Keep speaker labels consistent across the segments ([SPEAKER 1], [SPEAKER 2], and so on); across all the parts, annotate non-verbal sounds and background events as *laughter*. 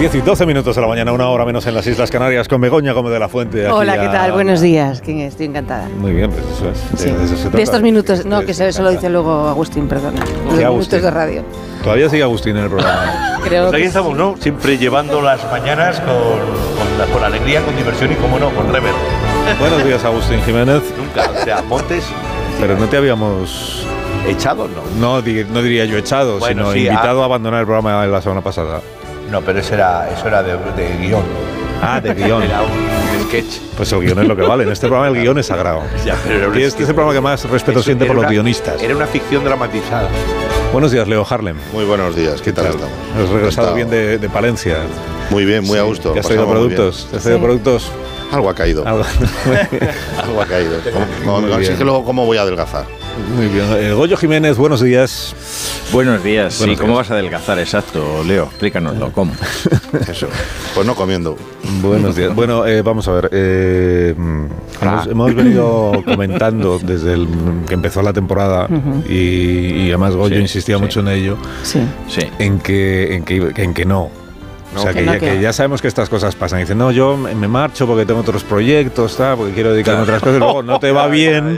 [SPEAKER 1] 10 y 12 minutos de la mañana, una hora menos en las Islas Canarias, con Begoña Gómez de la Fuente. aquí
[SPEAKER 2] Hola, ¿qué
[SPEAKER 1] a-
[SPEAKER 2] tal? Buenos días, ¿quién es? Estoy encantada.
[SPEAKER 1] Muy bien, pues eso es. De,
[SPEAKER 2] Sí.
[SPEAKER 1] de eso se trata.
[SPEAKER 2] De estos minutos, no,
[SPEAKER 1] De-
[SPEAKER 2] que se- eso lo dice luego Agustín, perdona. Los
[SPEAKER 1] Agustín?
[SPEAKER 2] minutos de radio.
[SPEAKER 1] Todavía sigue Agustín en el
[SPEAKER 2] *laughs*
[SPEAKER 1] programa.
[SPEAKER 2] Creo
[SPEAKER 3] Pues aquí
[SPEAKER 2] que
[SPEAKER 3] estamos, ¿no? Siempre llevando las mañanas con, con la- con alegría, con diversión y, como no, con rever.
[SPEAKER 1] Buenos días, Agustín Jiménez.
[SPEAKER 3] Nunca, o sea, Montes
[SPEAKER 1] Pero no te habíamos,
[SPEAKER 3] echado, no.
[SPEAKER 1] no, di- no diría yo echado,
[SPEAKER 3] Bueno,
[SPEAKER 1] sino
[SPEAKER 3] sí, ah.
[SPEAKER 1] invitado a... abandonar el programa la semana pasada.
[SPEAKER 3] No, pero eso era, eso era de, de guión.
[SPEAKER 1] Ah, de
[SPEAKER 3] *laughs*
[SPEAKER 1] guión.
[SPEAKER 3] Era un sketch.
[SPEAKER 1] Pues el guión es lo que vale. En este programa el guión es sagrado.
[SPEAKER 3] *laughs* Ya, pero era un
[SPEAKER 1] Y este es
[SPEAKER 3] sketch.
[SPEAKER 1] el programa que más respeto
[SPEAKER 3] Eso
[SPEAKER 1] siente
[SPEAKER 3] era
[SPEAKER 1] por los
[SPEAKER 3] una-
[SPEAKER 1] guionistas.
[SPEAKER 3] Era una ficción dramatizada.
[SPEAKER 1] Buenos días, Leo Harlem.
[SPEAKER 4] Muy buenos días, ¿qué tal estamos?
[SPEAKER 1] Has regresado
[SPEAKER 4] Estado-
[SPEAKER 1] bien de, de Palencia.
[SPEAKER 4] Muy bien, muy a gusto.
[SPEAKER 1] Te has
[SPEAKER 4] pasamos
[SPEAKER 1] traído
[SPEAKER 4] muy bien.
[SPEAKER 1] productos. Te has traído
[SPEAKER 2] Sí.
[SPEAKER 1] productos.
[SPEAKER 4] Algo ha caído,
[SPEAKER 1] Algo-
[SPEAKER 4] algo ha caído. Como-
[SPEAKER 1] Muy
[SPEAKER 4] como- Así
[SPEAKER 1] bien.
[SPEAKER 4] que luego, ¿cómo voy a adelgazar?
[SPEAKER 1] *laughs* Muy bien. Eh, Goyo Jiménez, buenos días.
[SPEAKER 5] Buenos días.
[SPEAKER 1] Buenos
[SPEAKER 5] sí, ¿Cómo
[SPEAKER 1] días.
[SPEAKER 5] vas a adelgazar? Exacto, Leo. Explícanoslo. ¿Cómo?
[SPEAKER 4] Eso. *laughs* Pues no comiendo.
[SPEAKER 1] Buenos días. Bueno, eh, vamos a ver. eh, mm, hemos, hemos venido comentando desde el, mm, que empezó la temporada y, y además Goyo
[SPEAKER 5] Sí,
[SPEAKER 1] insistía
[SPEAKER 5] sí.
[SPEAKER 1] mucho en ello,
[SPEAKER 2] sí.
[SPEAKER 5] Sí.
[SPEAKER 1] en que, en que, en que no. O sea,
[SPEAKER 2] Que
[SPEAKER 1] que,
[SPEAKER 2] no,
[SPEAKER 1] ya,
[SPEAKER 2] que
[SPEAKER 1] que
[SPEAKER 2] no.
[SPEAKER 1] ya sabemos que estas cosas pasan. Dicen, no, yo me me marcho porque tengo otros proyectos, tal, porque quiero dedicarme a otras cosas. Luego no te va bien,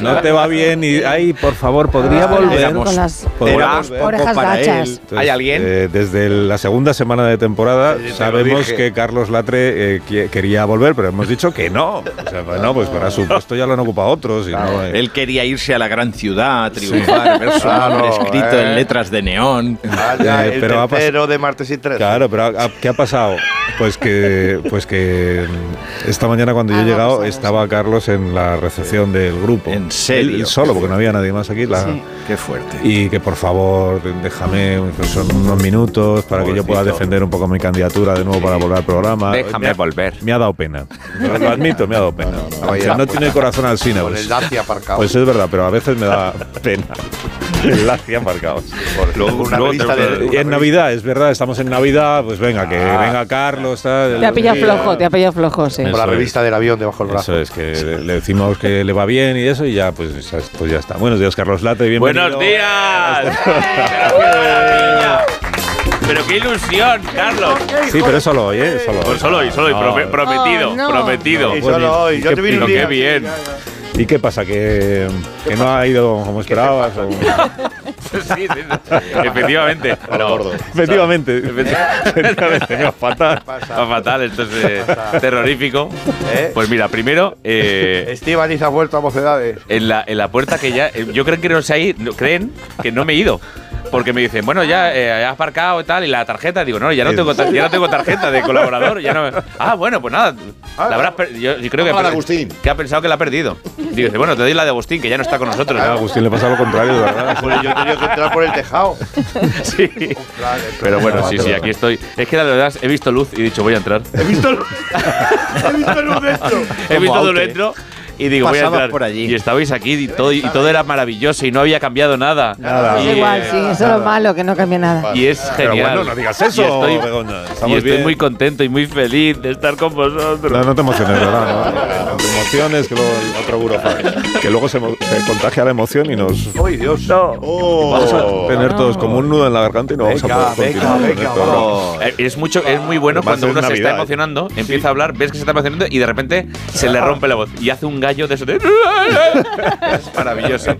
[SPEAKER 1] no te va bien y, ay, por favor, podría
[SPEAKER 5] Ah,
[SPEAKER 1] volver.
[SPEAKER 5] éramos-
[SPEAKER 2] Con las
[SPEAKER 1] Podría
[SPEAKER 5] éramos
[SPEAKER 1] volver.
[SPEAKER 5] poco
[SPEAKER 2] Orejas
[SPEAKER 5] para
[SPEAKER 2] gachas.
[SPEAKER 5] él.
[SPEAKER 1] Entonces,
[SPEAKER 5] ¿Hay alguien?
[SPEAKER 1] eh, desde la segunda semana de temporada
[SPEAKER 3] Sí, te lo
[SPEAKER 1] sabemos
[SPEAKER 3] dije.
[SPEAKER 1] que Carlos Latre eh, qui- quería volver, pero hemos dicho que no. O sea, pues, no, pues para su puesto ya lo han ocupado otros. y no, eh.
[SPEAKER 5] Él quería irse a la gran ciudad, a triunfar, ver su
[SPEAKER 3] Claro,
[SPEAKER 5] nombre escrito
[SPEAKER 3] eh.
[SPEAKER 5] en letras de neón.
[SPEAKER 1] *laughs* Eh,
[SPEAKER 3] el
[SPEAKER 1] pero ha pas-
[SPEAKER 3] tercero de martes y tres.
[SPEAKER 1] Claro, pero ha- ha- ¿qué ha pasado? Pues que, pues que mm, esta mañana cuando yo he
[SPEAKER 2] Algo ha
[SPEAKER 1] llegado
[SPEAKER 2] pasado,
[SPEAKER 1] estaba Carlos en la recepción del grupo.
[SPEAKER 5] ¿En serio?
[SPEAKER 1] Él solo, porque no había nadie más aquí. la-
[SPEAKER 2] Sí.
[SPEAKER 5] Qué fuerte.
[SPEAKER 1] Y que por favor, déjame pues, son unos minutos para que yo pueda
[SPEAKER 5] Pobrecito.
[SPEAKER 1] defender un poco mi candidatura de nuevo para volver al programa.
[SPEAKER 6] Déjame
[SPEAKER 1] Me ha-
[SPEAKER 6] volver.
[SPEAKER 1] Me ha dado pena. Lo admito, me ha dado pena.
[SPEAKER 4] No, no, no.
[SPEAKER 1] O sea, no tiene corazón al cine.
[SPEAKER 4] Con
[SPEAKER 1] pues.
[SPEAKER 4] el Dacia aparcado.
[SPEAKER 1] Pues es verdad, pero a veces me da pena. El Dacia marcado.
[SPEAKER 3] Luego una
[SPEAKER 6] luego
[SPEAKER 3] revista
[SPEAKER 6] te-
[SPEAKER 3] de-
[SPEAKER 1] Y en Navidad, es verdad, estamos en Navidad, pues venga, que venga Carlos. Tal,
[SPEAKER 2] Te ha pillado flojo, te ha pillado flojo, sí.
[SPEAKER 1] Eso
[SPEAKER 3] Con la
[SPEAKER 1] es.
[SPEAKER 3] revista del avión debajo del brazo.
[SPEAKER 1] Eso es, que le- le decimos que le va bien y eso, y ya, pues, ya- pues ya está. Buenos días, Carlos Late, bienvenido.
[SPEAKER 6] ¡Buenos días!
[SPEAKER 3] eh,
[SPEAKER 6] ¡Pero qué maravilla! ¡Pero qué ilusión, Carlos!
[SPEAKER 1] Sí, pero es solo hoy, ¿eh? Solo hoy.
[SPEAKER 6] Pues solo hoy, solo hoy,
[SPEAKER 1] No,
[SPEAKER 6] prome- prometido,
[SPEAKER 2] Oh, no.
[SPEAKER 6] prometido.
[SPEAKER 3] Y solo hoy. Yo te vi
[SPEAKER 6] Pero
[SPEAKER 3] un
[SPEAKER 6] qué
[SPEAKER 3] día.
[SPEAKER 6] bien. *laughs*
[SPEAKER 1] ¿Y qué pasa? ¿Que, que no ha ido como esperabas? o-
[SPEAKER 6] Sí, sí, sí.
[SPEAKER 3] *laughs*
[SPEAKER 6] Efectivamente. No.
[SPEAKER 4] gordo.
[SPEAKER 1] Efectivamente.
[SPEAKER 6] Efectivamente.
[SPEAKER 1] *laughs* Efectivamente, me va fatal.
[SPEAKER 6] Va fatal, esto es eh, terrorífico.
[SPEAKER 3] ¿Eh?
[SPEAKER 6] Pues mira, primero,
[SPEAKER 3] *laughs*
[SPEAKER 6] eh,
[SPEAKER 3] Estíbaliz ha vuelto a mocedades.
[SPEAKER 6] en, la, en la puerta que ya. eh, Yo creo que no se ha ido- no- creen que no me he ido. Porque me dicen, bueno, ya eh, has aparcado y tal, y la tarjeta, digo, no, ya no tengo, tar- ya no tengo tarjeta de colaborador, ya no. Ah, bueno, pues nada, la habrás per- yo, yo creo que,
[SPEAKER 4] Ah, Vamos a la
[SPEAKER 6] per-
[SPEAKER 4] Agustín.
[SPEAKER 6] que ha pensado que la ha perdido. Digo, dice, bueno, te doy la de Agustín, que ya no
[SPEAKER 4] *laughs*
[SPEAKER 6] está con nosotros.
[SPEAKER 4] Ah,
[SPEAKER 1] A Agustín le pasa lo contrario, de *laughs* ¿verdad?
[SPEAKER 3] Pues yo he tenido que entrar por el tejado.
[SPEAKER 6] Sí. Pero bueno, sí, sí, aquí estoy. Es que la verdad he visto luz y he dicho, voy a entrar.
[SPEAKER 3] He visto
[SPEAKER 6] *laughs*
[SPEAKER 3] el, he visto el dentro.
[SPEAKER 6] He
[SPEAKER 5] Como
[SPEAKER 6] visto
[SPEAKER 5] Aute.
[SPEAKER 6] todo dentro y digo, voy a
[SPEAKER 5] Pasabas
[SPEAKER 6] entrar.
[SPEAKER 5] por allí.
[SPEAKER 6] Y estabais aquí y todo, y todo era maravilloso y no había cambiado nada.
[SPEAKER 1] Nada.
[SPEAKER 2] Es
[SPEAKER 6] Y,
[SPEAKER 2] igual,
[SPEAKER 6] eh,
[SPEAKER 2] sí, eso es lo malo, que no cambia nada.
[SPEAKER 6] Y es
[SPEAKER 1] Pero
[SPEAKER 6] genial.
[SPEAKER 1] bueno, no digas
[SPEAKER 6] Y
[SPEAKER 1] eso,
[SPEAKER 6] estoy,
[SPEAKER 1] Begoña.
[SPEAKER 6] y
[SPEAKER 1] Estamos
[SPEAKER 6] estoy
[SPEAKER 1] bien.
[SPEAKER 6] muy contento y muy feliz de estar con vosotros.
[SPEAKER 1] No, no te emociones, ¿verdad? No, No te emociones, que luego el otro burofax. Que luego se, mo- se contagia la emoción y nos
[SPEAKER 3] ¡Ay, Dios!
[SPEAKER 1] vamos *laughs* a
[SPEAKER 4] ¡Oh!
[SPEAKER 1] tener todos como un nudo en la garganta y no vamos
[SPEAKER 3] Venga,
[SPEAKER 1] a poder
[SPEAKER 3] venga,
[SPEAKER 1] continuar con
[SPEAKER 3] venga,
[SPEAKER 1] esto.
[SPEAKER 3] vamos.
[SPEAKER 5] Oh,
[SPEAKER 6] Eh, Es, mucho, es muy bueno
[SPEAKER 1] Además,
[SPEAKER 6] cuando
[SPEAKER 1] es
[SPEAKER 6] uno se
[SPEAKER 1] Navidad,
[SPEAKER 6] está
[SPEAKER 1] ¿eh?
[SPEAKER 6] emocionando, empieza a hablar, ves que se está emocionando y de repente se le rompe la voz y hace un gallo de
[SPEAKER 1] *laughs*
[SPEAKER 6] eso. De... Es maravilloso.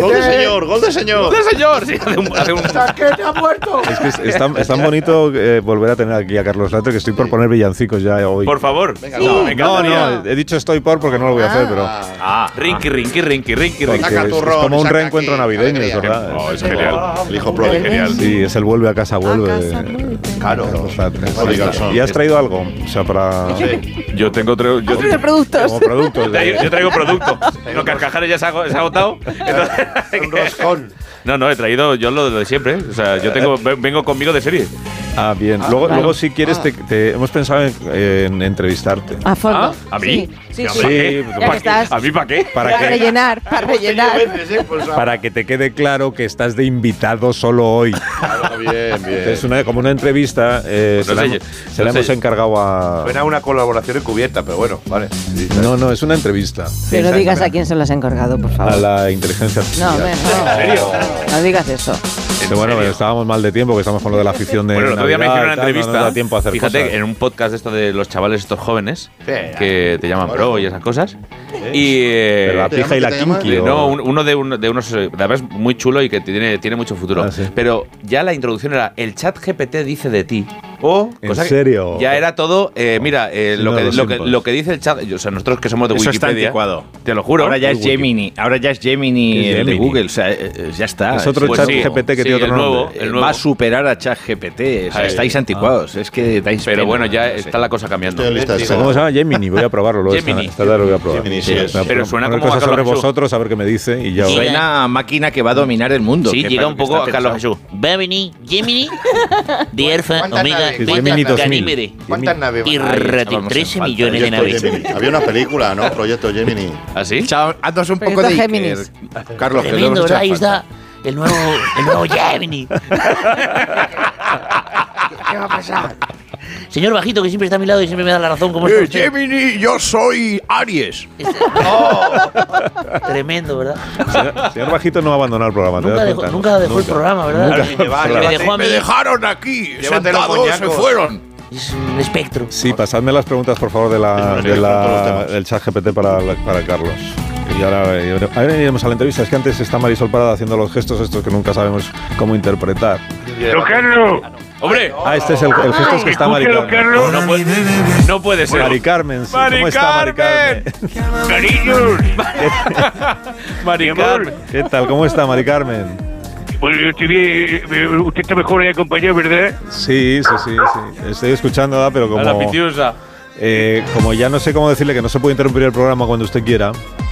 [SPEAKER 4] ¡Gol de señor! ¡Gol de señor!
[SPEAKER 6] ¡Hola, señor! Sí, hace un- hace un-
[SPEAKER 3] ¡Taquete ha muerto!
[SPEAKER 1] Es que es, es tan, es tan bonito eh, volver a tener aquí a Carlos Latre que estoy por poner villancicos ya hoy.
[SPEAKER 6] Por favor.
[SPEAKER 4] no,
[SPEAKER 6] me
[SPEAKER 1] no,
[SPEAKER 6] encantaría.
[SPEAKER 1] no, he dicho estoy por porque no lo voy a hacer, pero.
[SPEAKER 6] Ah, rinky, rinky, rinky, rinky,
[SPEAKER 1] porque
[SPEAKER 6] rinky.
[SPEAKER 4] Saca
[SPEAKER 1] es- es,
[SPEAKER 4] turrón,
[SPEAKER 1] como un
[SPEAKER 4] saca
[SPEAKER 1] reencuentro
[SPEAKER 4] aquí,
[SPEAKER 1] navideño,
[SPEAKER 4] alegría.
[SPEAKER 1] ¿verdad?
[SPEAKER 6] Oh, es genial.
[SPEAKER 4] Ah, El hijo pródigo.
[SPEAKER 6] Genial.
[SPEAKER 1] Sí, es el vuelve a casa, vuelve. de
[SPEAKER 3] Claro.
[SPEAKER 1] Carlos Latre.
[SPEAKER 4] No digas eso.
[SPEAKER 1] ¿Y has traído algo? O sea, para.
[SPEAKER 6] Yo tengo otro. Yo,
[SPEAKER 2] Hombre, productos.
[SPEAKER 1] Como productos. de-
[SPEAKER 6] *laughs* yo traigo producto. Los carcajares ya se ha ago- se ha agotado. Entonces- *laughs*
[SPEAKER 3] Un roscón.
[SPEAKER 6] no, no, he traído yo lo de siempre. ¿eh? O sea, yo tengo, vengo conmigo de serie.
[SPEAKER 1] Ah, bien. luego,
[SPEAKER 2] vale.
[SPEAKER 1] luego si quieres, te, te- hemos pensado en, en entrevistarte.
[SPEAKER 2] A fondo.
[SPEAKER 6] ¿Ah? ¿A mí?
[SPEAKER 2] Sí, sí.
[SPEAKER 6] ¿A
[SPEAKER 2] sí.
[SPEAKER 6] mí pa' qué?
[SPEAKER 1] Ya que
[SPEAKER 6] ¿Pa' qué?
[SPEAKER 2] estás.
[SPEAKER 6] ¿A mí para qué?
[SPEAKER 1] Para
[SPEAKER 2] Para
[SPEAKER 1] que-
[SPEAKER 2] rellenar, para rellenar.
[SPEAKER 3] ¿eh? Pues,
[SPEAKER 1] Para que te quede claro que estás de invitado solo hoy.
[SPEAKER 4] Bien,
[SPEAKER 1] *laughs*
[SPEAKER 4] bien.
[SPEAKER 1] Este Es una, como una entrevista, eh,
[SPEAKER 6] Pues
[SPEAKER 1] se
[SPEAKER 6] no
[SPEAKER 1] la,
[SPEAKER 6] sé
[SPEAKER 1] hemos-
[SPEAKER 6] yo-
[SPEAKER 1] se la
[SPEAKER 6] no sé
[SPEAKER 1] hemos
[SPEAKER 6] yo.
[SPEAKER 1] encargado a...
[SPEAKER 4] Suena una colaboración encubierta, pero bueno, vale.
[SPEAKER 1] No, no, es una entrevista.
[SPEAKER 2] Pero no digas a quién se lo has encargado, por favor.
[SPEAKER 1] A la inteligencia
[SPEAKER 2] No,
[SPEAKER 1] artificial.
[SPEAKER 2] hombre, no. ¿En serio? No digas eso.
[SPEAKER 1] Pero bueno, pero estábamos mal de tiempo, que estamos con lo de la afición de
[SPEAKER 6] Bueno, el otro día me
[SPEAKER 1] Navidad
[SPEAKER 6] hicieron una
[SPEAKER 1] y tal, no nos
[SPEAKER 6] entrevista.
[SPEAKER 1] da tiempo a hacer
[SPEAKER 6] fíjate,
[SPEAKER 1] cosas.
[SPEAKER 6] en un podcast esto de los chavales estos jóvenes que te llaman
[SPEAKER 4] Ahora.
[SPEAKER 6] bro y esas cosas. Y eh,
[SPEAKER 1] Pero la pija y la
[SPEAKER 4] ¿Te llaman?
[SPEAKER 1] kinky. o-
[SPEAKER 6] no, un- uno de, uno de unos, eh, además muy chulo y que tiene, tiene mucho futuro.
[SPEAKER 1] Ah, sí.
[SPEAKER 6] Pero ya la introducción era el chat GPT dice de ti. O,
[SPEAKER 1] ¿En
[SPEAKER 6] cosa que
[SPEAKER 1] serio?
[SPEAKER 6] Ya era todo, eh, mira, eh,
[SPEAKER 1] Sí,
[SPEAKER 6] lo,
[SPEAKER 1] no,
[SPEAKER 6] que,
[SPEAKER 1] los
[SPEAKER 6] lo, que,
[SPEAKER 1] Simpsons.
[SPEAKER 6] lo que dice el chat, o sea, nosotros que somos de
[SPEAKER 5] Eso está
[SPEAKER 6] Wikipedia,
[SPEAKER 5] anticuado.
[SPEAKER 6] te lo juro.
[SPEAKER 5] Ahora ya es
[SPEAKER 1] Google.
[SPEAKER 5] Gemini, ahora ya es Gemini
[SPEAKER 1] Es
[SPEAKER 5] el de
[SPEAKER 1] Gemini.
[SPEAKER 5] Google, o sea, eh, eh, ya está.
[SPEAKER 1] Es otro
[SPEAKER 5] Pues
[SPEAKER 1] chat
[SPEAKER 5] sí,
[SPEAKER 1] GPT que
[SPEAKER 6] sí,
[SPEAKER 1] tiene otro
[SPEAKER 6] el nuevo,
[SPEAKER 1] nombre.
[SPEAKER 5] eh,
[SPEAKER 6] el
[SPEAKER 5] va
[SPEAKER 6] nuevo.
[SPEAKER 5] a superar a ChatGPT, o sea,
[SPEAKER 6] Ay.
[SPEAKER 5] estáis anticuados, es que dais
[SPEAKER 6] Pero
[SPEAKER 5] pena,
[SPEAKER 6] bueno, ya
[SPEAKER 5] no sé.
[SPEAKER 6] está la cosa cambiando.
[SPEAKER 4] Estoy en lista de espera.
[SPEAKER 1] ¿Cómo se llama? Gemini, voy a probarlo. luego esta-
[SPEAKER 6] Gemini.
[SPEAKER 1] Esta tarde lo voy a probar.
[SPEAKER 4] Gemini, sí,
[SPEAKER 1] Voy a
[SPEAKER 4] es. Pero
[SPEAKER 1] poner
[SPEAKER 6] suena como a
[SPEAKER 1] cosas
[SPEAKER 6] Carlos
[SPEAKER 1] sobre
[SPEAKER 6] Jesús.
[SPEAKER 1] vosotros, a ver qué me dice y ya os-
[SPEAKER 5] Suena a máquina que va a dominar el mundo.
[SPEAKER 7] Sí,
[SPEAKER 5] que
[SPEAKER 7] llega
[SPEAKER 5] para
[SPEAKER 7] un
[SPEAKER 5] lo que
[SPEAKER 7] poco a
[SPEAKER 5] está
[SPEAKER 7] Carlos
[SPEAKER 5] pensado.
[SPEAKER 7] Jesús. Va a venir Gemini, Dierfa,
[SPEAKER 8] ¿Cuántas
[SPEAKER 7] Omega,
[SPEAKER 8] naves?
[SPEAKER 1] Es
[SPEAKER 7] Beta,
[SPEAKER 1] Gemini 2000.
[SPEAKER 7] Ganímede.
[SPEAKER 8] ¿Cuántas
[SPEAKER 1] Gemini.
[SPEAKER 8] naves?
[SPEAKER 7] Y
[SPEAKER 8] van a haber?
[SPEAKER 7] rati-
[SPEAKER 5] vamos en
[SPEAKER 7] 13
[SPEAKER 5] falta.
[SPEAKER 7] millones de
[SPEAKER 4] Proyecto
[SPEAKER 7] naves.
[SPEAKER 4] Gemini. Había una película, ¿no? Proyecto Gemini.
[SPEAKER 1] *laughs*
[SPEAKER 6] ¿Así?
[SPEAKER 5] Chao, haznos un poco
[SPEAKER 2] Proyecto
[SPEAKER 5] de Iker.
[SPEAKER 2] Géminis.
[SPEAKER 4] Carlos, que
[SPEAKER 7] Tremendo,
[SPEAKER 4] lo
[SPEAKER 7] ¿verdad, Isda? El nuevo, el nuevo Gemini.
[SPEAKER 8] ¿Qué va a pasar?
[SPEAKER 7] Señor Bajito, que siempre está a mi lado y siempre me da la razón. ¿Cómo está usted?
[SPEAKER 5] Eh, Gemini, yo soy Aries.
[SPEAKER 7] Tremendo, ¿verdad?
[SPEAKER 1] Señor- Señor Bajito no ha abandonado el programa. ¿te
[SPEAKER 7] Nunca
[SPEAKER 1] das
[SPEAKER 7] dejó,
[SPEAKER 1] cuenta?
[SPEAKER 7] nunca dejó el programa, ¿verdad?
[SPEAKER 1] Nunca.
[SPEAKER 7] Me dejó a mí.
[SPEAKER 5] dejaron aquí,
[SPEAKER 4] Llévatelo, coñaco.
[SPEAKER 5] fueron.
[SPEAKER 7] Es un espectro.
[SPEAKER 1] Sí, pasadme las preguntas, por favor, de
[SPEAKER 4] Es
[SPEAKER 1] la,
[SPEAKER 4] una
[SPEAKER 1] de la-
[SPEAKER 4] con todos los temas.
[SPEAKER 1] del chat GPT para, para Carlos. Y ahora, eh, ahora iremos a la entrevista. Es que antes está Marisol Parada haciendo los gestos estos que nunca sabemos cómo interpretar.
[SPEAKER 6] ¡Hombre!
[SPEAKER 1] Ah, este es el, el gesto que está Mari Carmen.
[SPEAKER 6] No puede, no puede ser.
[SPEAKER 1] Mari Carmen, sí.
[SPEAKER 6] Mari
[SPEAKER 1] ¿Cómo está Mari Carmen? *laughs*
[SPEAKER 6] Mari Carmen.
[SPEAKER 1] ¿Qué tal? ¿Cómo está Mari Carmen?
[SPEAKER 9] Pues yo estoy bien, eh, usted está mejor ahí compañero, ¿verdad?
[SPEAKER 1] Sí, sí, sí, sí. Estoy escuchando, ¿verdad? pero
[SPEAKER 6] A la
[SPEAKER 1] como,
[SPEAKER 6] pitiusa.
[SPEAKER 1] eh, como ya no sé cómo decirle que no se puede interrumpir el programa cuando usted quiera,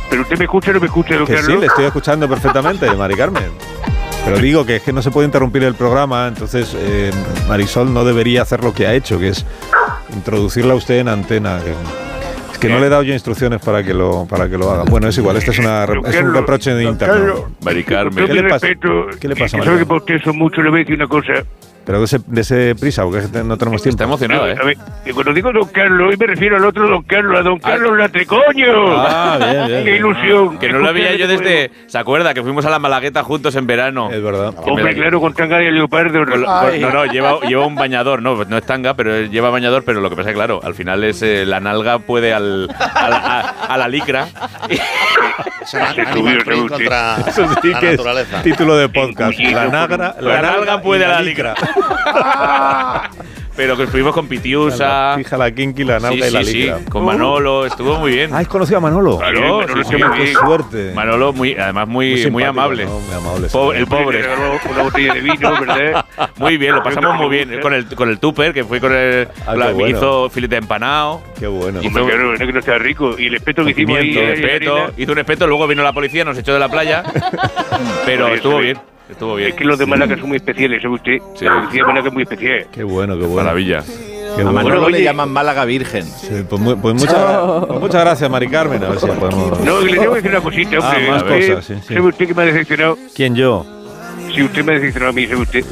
[SPEAKER 9] Pero usted me escucha o no me escucha, don
[SPEAKER 1] que sí,
[SPEAKER 9] Carlos.
[SPEAKER 1] le estoy escuchando
[SPEAKER 6] *laughs*
[SPEAKER 1] perfectamente, Mari Carmen. Pero digo que es que no se puede interrumpir el programa, entonces eh, Marisol no debería hacer lo que ha hecho, que es introducirla a usted en antena. que- es que no le he dado yo instrucciones para que lo, para que lo haga. Bueno, es igual, este es, una,
[SPEAKER 9] Don
[SPEAKER 1] es un
[SPEAKER 9] Carlos,
[SPEAKER 1] reproche de
[SPEAKER 9] don Carlos,
[SPEAKER 1] interno.
[SPEAKER 6] Mari
[SPEAKER 9] Con
[SPEAKER 1] ¿Qué
[SPEAKER 9] todo
[SPEAKER 6] Carmen.
[SPEAKER 1] le
[SPEAKER 9] mi
[SPEAKER 1] pasa?
[SPEAKER 9] respeto,
[SPEAKER 1] ¿Qué le pasa,
[SPEAKER 9] que
[SPEAKER 1] Mariano?
[SPEAKER 9] sabe que para usted son mucho, le voy a decir una cosa.
[SPEAKER 1] Pero dese, dese prisa, porque no tenemos
[SPEAKER 6] Está
[SPEAKER 1] tiempo.
[SPEAKER 6] emocionado, ¿eh?
[SPEAKER 9] A ver, que cuando digo don Carlos, hoy me refiero al otro don Carlos, a don Carlos Latrecoño.
[SPEAKER 1] Ah, bien, bien,
[SPEAKER 9] ¡Qué
[SPEAKER 1] bien.
[SPEAKER 9] ilusión!
[SPEAKER 6] Que no lo
[SPEAKER 9] Escucha,
[SPEAKER 6] veía yo
[SPEAKER 9] te puedo-
[SPEAKER 6] desde. ¿Se acuerda que fuimos a la Malagueta juntos en verano?
[SPEAKER 1] Es verdad.
[SPEAKER 9] Hombre, claro, con tanga de leopardo.
[SPEAKER 6] Con lo-
[SPEAKER 9] ¿no?
[SPEAKER 6] con- no, no, lleva, lleva un bañador, no, no es tanga, pero lleva bañador, pero lo que pasa es que, claro, al final es eh, la nalga puede al, a, la, a- a la licra.
[SPEAKER 4] Es un animal
[SPEAKER 9] Estúpido,
[SPEAKER 4] prey
[SPEAKER 9] ¿no?
[SPEAKER 4] contra
[SPEAKER 1] Eso sí
[SPEAKER 4] la
[SPEAKER 1] que
[SPEAKER 4] naturaleza.
[SPEAKER 1] es título de podcast. La, nagra,
[SPEAKER 6] La nalga puede
[SPEAKER 1] y
[SPEAKER 6] a la licra. Pero que fuimos con Pitiusa,
[SPEAKER 1] La pija, la kinky, la
[SPEAKER 6] sí,
[SPEAKER 1] nalga y la
[SPEAKER 6] sí, sí,
[SPEAKER 1] licra.
[SPEAKER 6] con Manolo, estuvo muy bien.
[SPEAKER 1] Ah, ¿has conocido a Manolo?
[SPEAKER 9] Claro,
[SPEAKER 6] Claro,
[SPEAKER 9] Manolo
[SPEAKER 6] sí,
[SPEAKER 9] se
[SPEAKER 6] sí,
[SPEAKER 9] llama
[SPEAKER 1] qué
[SPEAKER 9] bien.
[SPEAKER 1] suerte.
[SPEAKER 6] Manolo, muy, además, muy, muy,
[SPEAKER 1] simpático,
[SPEAKER 6] amable.
[SPEAKER 1] ¿no? Muy amable, sí.
[SPEAKER 6] Pobre- el
[SPEAKER 9] Le
[SPEAKER 6] pobre. *laughs*
[SPEAKER 9] regaló Una botella de vino,
[SPEAKER 1] *laughs*
[SPEAKER 9] ¿verdad?
[SPEAKER 6] Muy bien, lo pasamos muy bien. Con el, con el tupper, que fui con el.
[SPEAKER 1] Ah,
[SPEAKER 6] la-
[SPEAKER 1] qué bueno.
[SPEAKER 6] Hizo filete empanado.
[SPEAKER 1] Qué bueno.
[SPEAKER 9] Hombre, claro, no que no está rico. Y el espeto que hicimos ahí.
[SPEAKER 6] Pimiento,
[SPEAKER 9] eh,
[SPEAKER 6] espeto,
[SPEAKER 9] Marina,
[SPEAKER 6] hizo un espeto, luego vino la policía, nos echó de
[SPEAKER 9] *laughs*
[SPEAKER 6] la playa. pero
[SPEAKER 9] Oye,
[SPEAKER 6] estuvo
[SPEAKER 9] oye.
[SPEAKER 6] bien, estuvo bien.
[SPEAKER 9] Es que los de Málaga son muy especiales, ¿sabe usted?
[SPEAKER 6] Sí.
[SPEAKER 9] La policía de Málaga es muy especial.
[SPEAKER 1] Qué bueno, qué bueno.
[SPEAKER 6] Maravilla.
[SPEAKER 1] Qué
[SPEAKER 5] A
[SPEAKER 1] bueno.
[SPEAKER 5] Manolo
[SPEAKER 9] Bueno,
[SPEAKER 5] le
[SPEAKER 9] oye.
[SPEAKER 5] llaman Málaga Virgen.
[SPEAKER 1] Sí, pues, mu- pues muchas, pues muchas gracias, Mari Carmen. A ver si podemos.
[SPEAKER 9] No, le tengo que decir una cosita,
[SPEAKER 1] Ah,
[SPEAKER 9] hombre.
[SPEAKER 1] más
[SPEAKER 9] A ver,
[SPEAKER 1] cosas, sí, sí.
[SPEAKER 9] ¿Sabe usted que me ha decepcionado?
[SPEAKER 1] ¿Quién yo?
[SPEAKER 9] Si usted me ha decepcionado a mí, ¿sabe usted?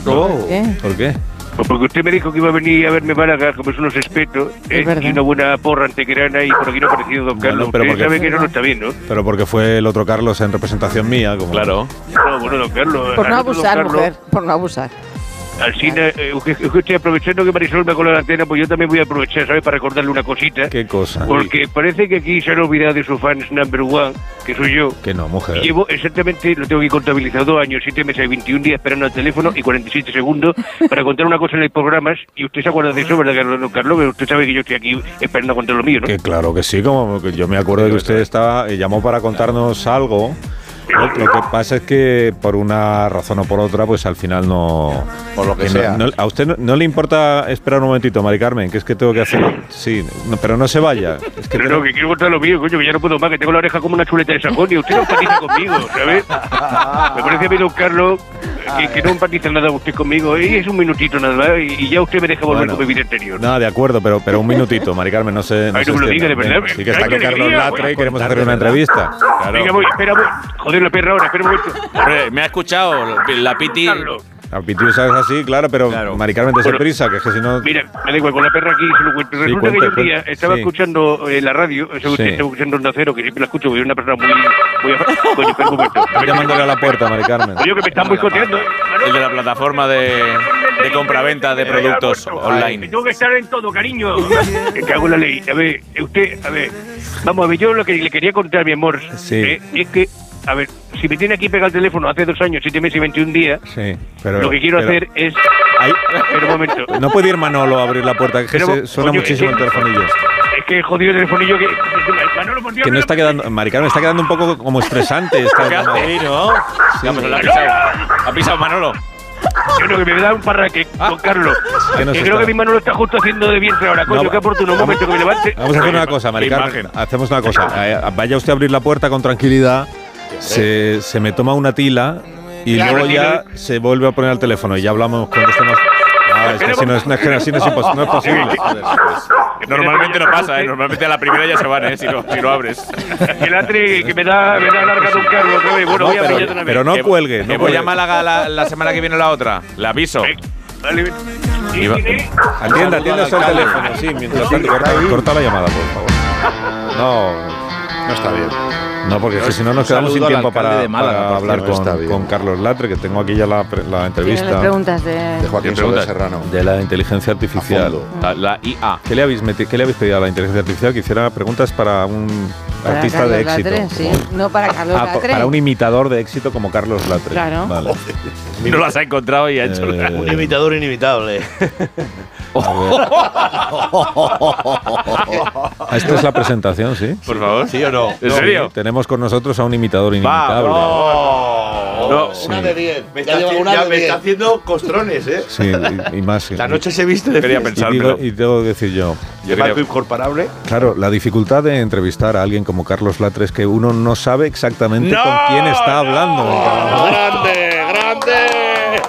[SPEAKER 2] ¿Qué?
[SPEAKER 1] ¿Por qué?
[SPEAKER 9] Pues porque usted me dijo que iba a venir a verme Málaga, como es pues unos espetos, eh,
[SPEAKER 2] verdad.
[SPEAKER 9] y una buena porra antequerana, y por aquí no ha aparecido Don
[SPEAKER 1] Bueno,
[SPEAKER 9] Carlos.
[SPEAKER 1] pero
[SPEAKER 9] usted
[SPEAKER 1] porque-
[SPEAKER 9] sabe que no lo está bien, ¿no?
[SPEAKER 1] Pero porque fue el otro Carlos en representación mía. Como
[SPEAKER 6] Claro.
[SPEAKER 9] No, bueno, Don Carlos.
[SPEAKER 2] Por no
[SPEAKER 9] al otro don
[SPEAKER 2] abusar,
[SPEAKER 9] Carlos,
[SPEAKER 2] mujer. Por no abusar.
[SPEAKER 9] Alcina, eh, que- que estoy aprovechando que Marisol me ha colado la antena, pues yo también voy a aprovechar, ¿sabes? Para recordarle una cosita.
[SPEAKER 1] Qué cosa.
[SPEAKER 9] Porque parece que aquí se han olvidado de su fans number one, que soy yo.
[SPEAKER 1] Que no, mujer.
[SPEAKER 9] Llevo exactamente, lo tengo aquí contabilizado, dos años, siete meses y 21 días esperando al teléfono y 47 segundos para contar una cosa en el programa. Y usted se acuerda de eso, ¿verdad, Carlos? Carlos? Usted sabe que yo estoy aquí esperando a contar lo mío, ¿no?
[SPEAKER 1] Que claro que sí, como que yo me acuerdo que usted estaba eh, llamó para contarnos algo. ¿no? Lo que pasa es que por una razón o por otra, pues al final no.
[SPEAKER 4] Por lo que
[SPEAKER 1] no-
[SPEAKER 4] sea.
[SPEAKER 1] no- a usted no, no le importa esperar un momentito, Mari Carmen, que es que tengo que hacer. Sí, no, pero no se vaya. Es que
[SPEAKER 9] Pero
[SPEAKER 1] tengo-
[SPEAKER 9] no, que quiero contar lo mío, coño, que ya no puedo más, que tengo la oreja como una chuleta de sajón y usted no empatiza conmigo, ¿sabes? Me parece a mí, don Carlos, que, que no empatiza nada usted conmigo. eh, Es un minutito nada más y, y ya usted me deja volver
[SPEAKER 1] Bueno.
[SPEAKER 9] con mi vida anterior.
[SPEAKER 1] Nada, de acuerdo, pero, pero un minutito, Mari Carmen, no sé.
[SPEAKER 9] Ay,
[SPEAKER 1] sé
[SPEAKER 9] no me lo
[SPEAKER 1] si-
[SPEAKER 9] diga, de verdad.
[SPEAKER 1] Sí que está
[SPEAKER 9] Ay,
[SPEAKER 1] con
[SPEAKER 9] qué
[SPEAKER 1] Carlos
[SPEAKER 9] alegría,
[SPEAKER 1] Latre
[SPEAKER 9] voy
[SPEAKER 1] y
[SPEAKER 9] a
[SPEAKER 1] queremos hacerle una entrevista.
[SPEAKER 9] Venga,
[SPEAKER 1] Claro.
[SPEAKER 9] voy, espera, voy. Joder, la perra ahora, espera un momento.
[SPEAKER 6] Hombre, me ha escuchado la piti.
[SPEAKER 9] Carlos,
[SPEAKER 1] A Pitiusa es así, claro, pero
[SPEAKER 5] Claro.
[SPEAKER 1] Mari Carmen, te
[SPEAKER 9] Bueno,
[SPEAKER 1] prisa, que es que si no.
[SPEAKER 9] Mira, me da igual, con la perra aquí se lo cuento.
[SPEAKER 1] Sí,
[SPEAKER 9] Resulta
[SPEAKER 1] cuente,
[SPEAKER 9] que yo un día
[SPEAKER 1] cuente,
[SPEAKER 9] estaba
[SPEAKER 1] sí.
[SPEAKER 9] escuchando eh, la radio, o sea, usted
[SPEAKER 1] Sí.
[SPEAKER 9] estaba escuchando Onda Cero, que siempre la escucho, porque es una persona muy... muy af- Coño, espera un
[SPEAKER 1] *laughs*
[SPEAKER 9] momento.
[SPEAKER 1] Estoy llamándole a la puerta, Mari Carmen.
[SPEAKER 9] Oye, que me están boicoteando. eh.
[SPEAKER 6] El de la plataforma de, de compraventa de productos
[SPEAKER 9] Que
[SPEAKER 6] online.
[SPEAKER 9] Tengo que estar en todo, cariño. Que cago en la ley. A ver, usted, a ver. Vamos a ver, yo lo que le quería contar, mi amor,
[SPEAKER 1] Sí.
[SPEAKER 9] eh, es que, a ver, si me tiene aquí pegado el teléfono hace dos años, siete meses y 21 días,
[SPEAKER 1] Sí, pero.
[SPEAKER 9] lo que quiero
[SPEAKER 1] pero-
[SPEAKER 9] hacer es.
[SPEAKER 1] Ay,
[SPEAKER 9] Espera un momento.
[SPEAKER 1] Pues no puede ir Manolo a abrir la puerta, que es que
[SPEAKER 9] Pero,
[SPEAKER 1] se- suena
[SPEAKER 9] coño,
[SPEAKER 1] muchísimo
[SPEAKER 9] es
[SPEAKER 1] el
[SPEAKER 9] que-
[SPEAKER 1] telefonillo.
[SPEAKER 9] Es que he jodido el telefonillo que. Manolo, por Dios,
[SPEAKER 1] Que
[SPEAKER 9] me
[SPEAKER 1] no
[SPEAKER 9] lo-
[SPEAKER 1] está quedando. Mari Carmen, está quedando un poco como estresante. Esta,
[SPEAKER 6] ¿Qué hace? ¿no? Ya, pero la ha pisado. Ha pisado Manolo.
[SPEAKER 9] Yo creo que me da un parraque con Carlos.
[SPEAKER 1] Ah. *laughs* que nos
[SPEAKER 9] Que
[SPEAKER 1] está-
[SPEAKER 9] creo que mi Manolo está justo haciendo de vientre ahora. Coño,
[SPEAKER 1] No,
[SPEAKER 9] qué oportuno. Un
[SPEAKER 1] vamos-
[SPEAKER 9] momento que me levante.
[SPEAKER 1] Vamos a hacer una cosa, Mari
[SPEAKER 6] Qué
[SPEAKER 1] Carmen.
[SPEAKER 6] imagen.
[SPEAKER 1] Hacemos una cosa. Eh, Vaya usted a abrir la puerta con tranquilidad, se, se me toma una tila y
[SPEAKER 4] Claro,
[SPEAKER 1] luego ya se vuelve a poner al teléfono y ya hablamos cuando estemos. Ah, es que así no es, no es que así no es impos- no es posible.
[SPEAKER 6] Normalmente no pasa, ¿eh? Normalmente a la primera ya se van, ¿eh? Si lo, si lo abres.
[SPEAKER 9] El atre que me da, me da larga don Carlos. otra vez. Bueno, voy a
[SPEAKER 1] pero-
[SPEAKER 9] abrir otra vez.
[SPEAKER 1] pero no
[SPEAKER 6] Que-
[SPEAKER 1] cuelgue, no
[SPEAKER 6] que voy
[SPEAKER 1] cuelgue.
[SPEAKER 6] a Málaga la, la semana que viene o la otra. La aviso.
[SPEAKER 9] Vale. Sí,
[SPEAKER 6] Iba-
[SPEAKER 9] sí, sí.
[SPEAKER 1] Atienda, atienda usted el teléfono, sí, mientras tanto. Corta, corta la llamada, por favor. No,
[SPEAKER 4] No está bien.
[SPEAKER 1] no, porque es que si no nos
[SPEAKER 5] Saludo
[SPEAKER 1] quedamos sin
[SPEAKER 5] al
[SPEAKER 1] tiempo
[SPEAKER 5] alcalde
[SPEAKER 1] para,
[SPEAKER 5] de Málaga,
[SPEAKER 1] para
[SPEAKER 5] por
[SPEAKER 1] hablar
[SPEAKER 4] cierto, está
[SPEAKER 1] con,
[SPEAKER 4] bien.
[SPEAKER 1] con Carlos Latre, que tengo aquí ya la, pre- la
[SPEAKER 2] Tiene las
[SPEAKER 1] entrevista
[SPEAKER 2] preguntas de.
[SPEAKER 4] De Joaquín
[SPEAKER 6] ¿Qué
[SPEAKER 4] Soler
[SPEAKER 6] preguntas?
[SPEAKER 4] Serrano.
[SPEAKER 1] de la inteligencia
[SPEAKER 4] A
[SPEAKER 1] artificial.
[SPEAKER 4] fondo.
[SPEAKER 6] La, la IA.
[SPEAKER 1] ¿Qué le, habéis meti- qué le habéis pedido a la inteligencia artificial que hiciera preguntas para un
[SPEAKER 2] para
[SPEAKER 1] artista
[SPEAKER 2] Carlos
[SPEAKER 1] de éxito?
[SPEAKER 2] Latre, sí. No para Carlos
[SPEAKER 1] Ah, pa-
[SPEAKER 2] Latre.
[SPEAKER 1] para un imitador de éxito como Carlos Latre.
[SPEAKER 2] Claro.
[SPEAKER 1] Vale.
[SPEAKER 6] No las ha encontrado y ha hecho una-
[SPEAKER 1] Eh,
[SPEAKER 3] Un imitador inevitable.
[SPEAKER 1] *laughs* Esta es la presentación, ¿sí?
[SPEAKER 6] Por favor.
[SPEAKER 3] ¿Sí o no?
[SPEAKER 6] ¿En serio?
[SPEAKER 1] Sí, Tenemos con nosotros a un imitador inimitable.
[SPEAKER 3] ¡Oh!
[SPEAKER 6] No.
[SPEAKER 4] Una de diez.
[SPEAKER 3] Me
[SPEAKER 4] Ya
[SPEAKER 3] está,
[SPEAKER 4] lleva
[SPEAKER 3] haci-
[SPEAKER 4] una
[SPEAKER 3] ya
[SPEAKER 4] de
[SPEAKER 3] me está
[SPEAKER 4] diez.
[SPEAKER 3] haciendo costrones, ¿eh?
[SPEAKER 1] Sí, y, y más.
[SPEAKER 3] La noche se viste de
[SPEAKER 6] Quería
[SPEAKER 3] fiesta.
[SPEAKER 1] *laughs* y,
[SPEAKER 6] pensar,
[SPEAKER 1] digo-
[SPEAKER 6] pero
[SPEAKER 1] y tengo que decir yo.
[SPEAKER 6] yo
[SPEAKER 3] Marco
[SPEAKER 6] quería-
[SPEAKER 3] incomparable.
[SPEAKER 1] Claro, la dificultad de entrevistar a alguien como Carlos Latre es que uno no sabe exactamente
[SPEAKER 6] ¡No!
[SPEAKER 1] con quién está hablando.
[SPEAKER 4] ¡Grande, grande!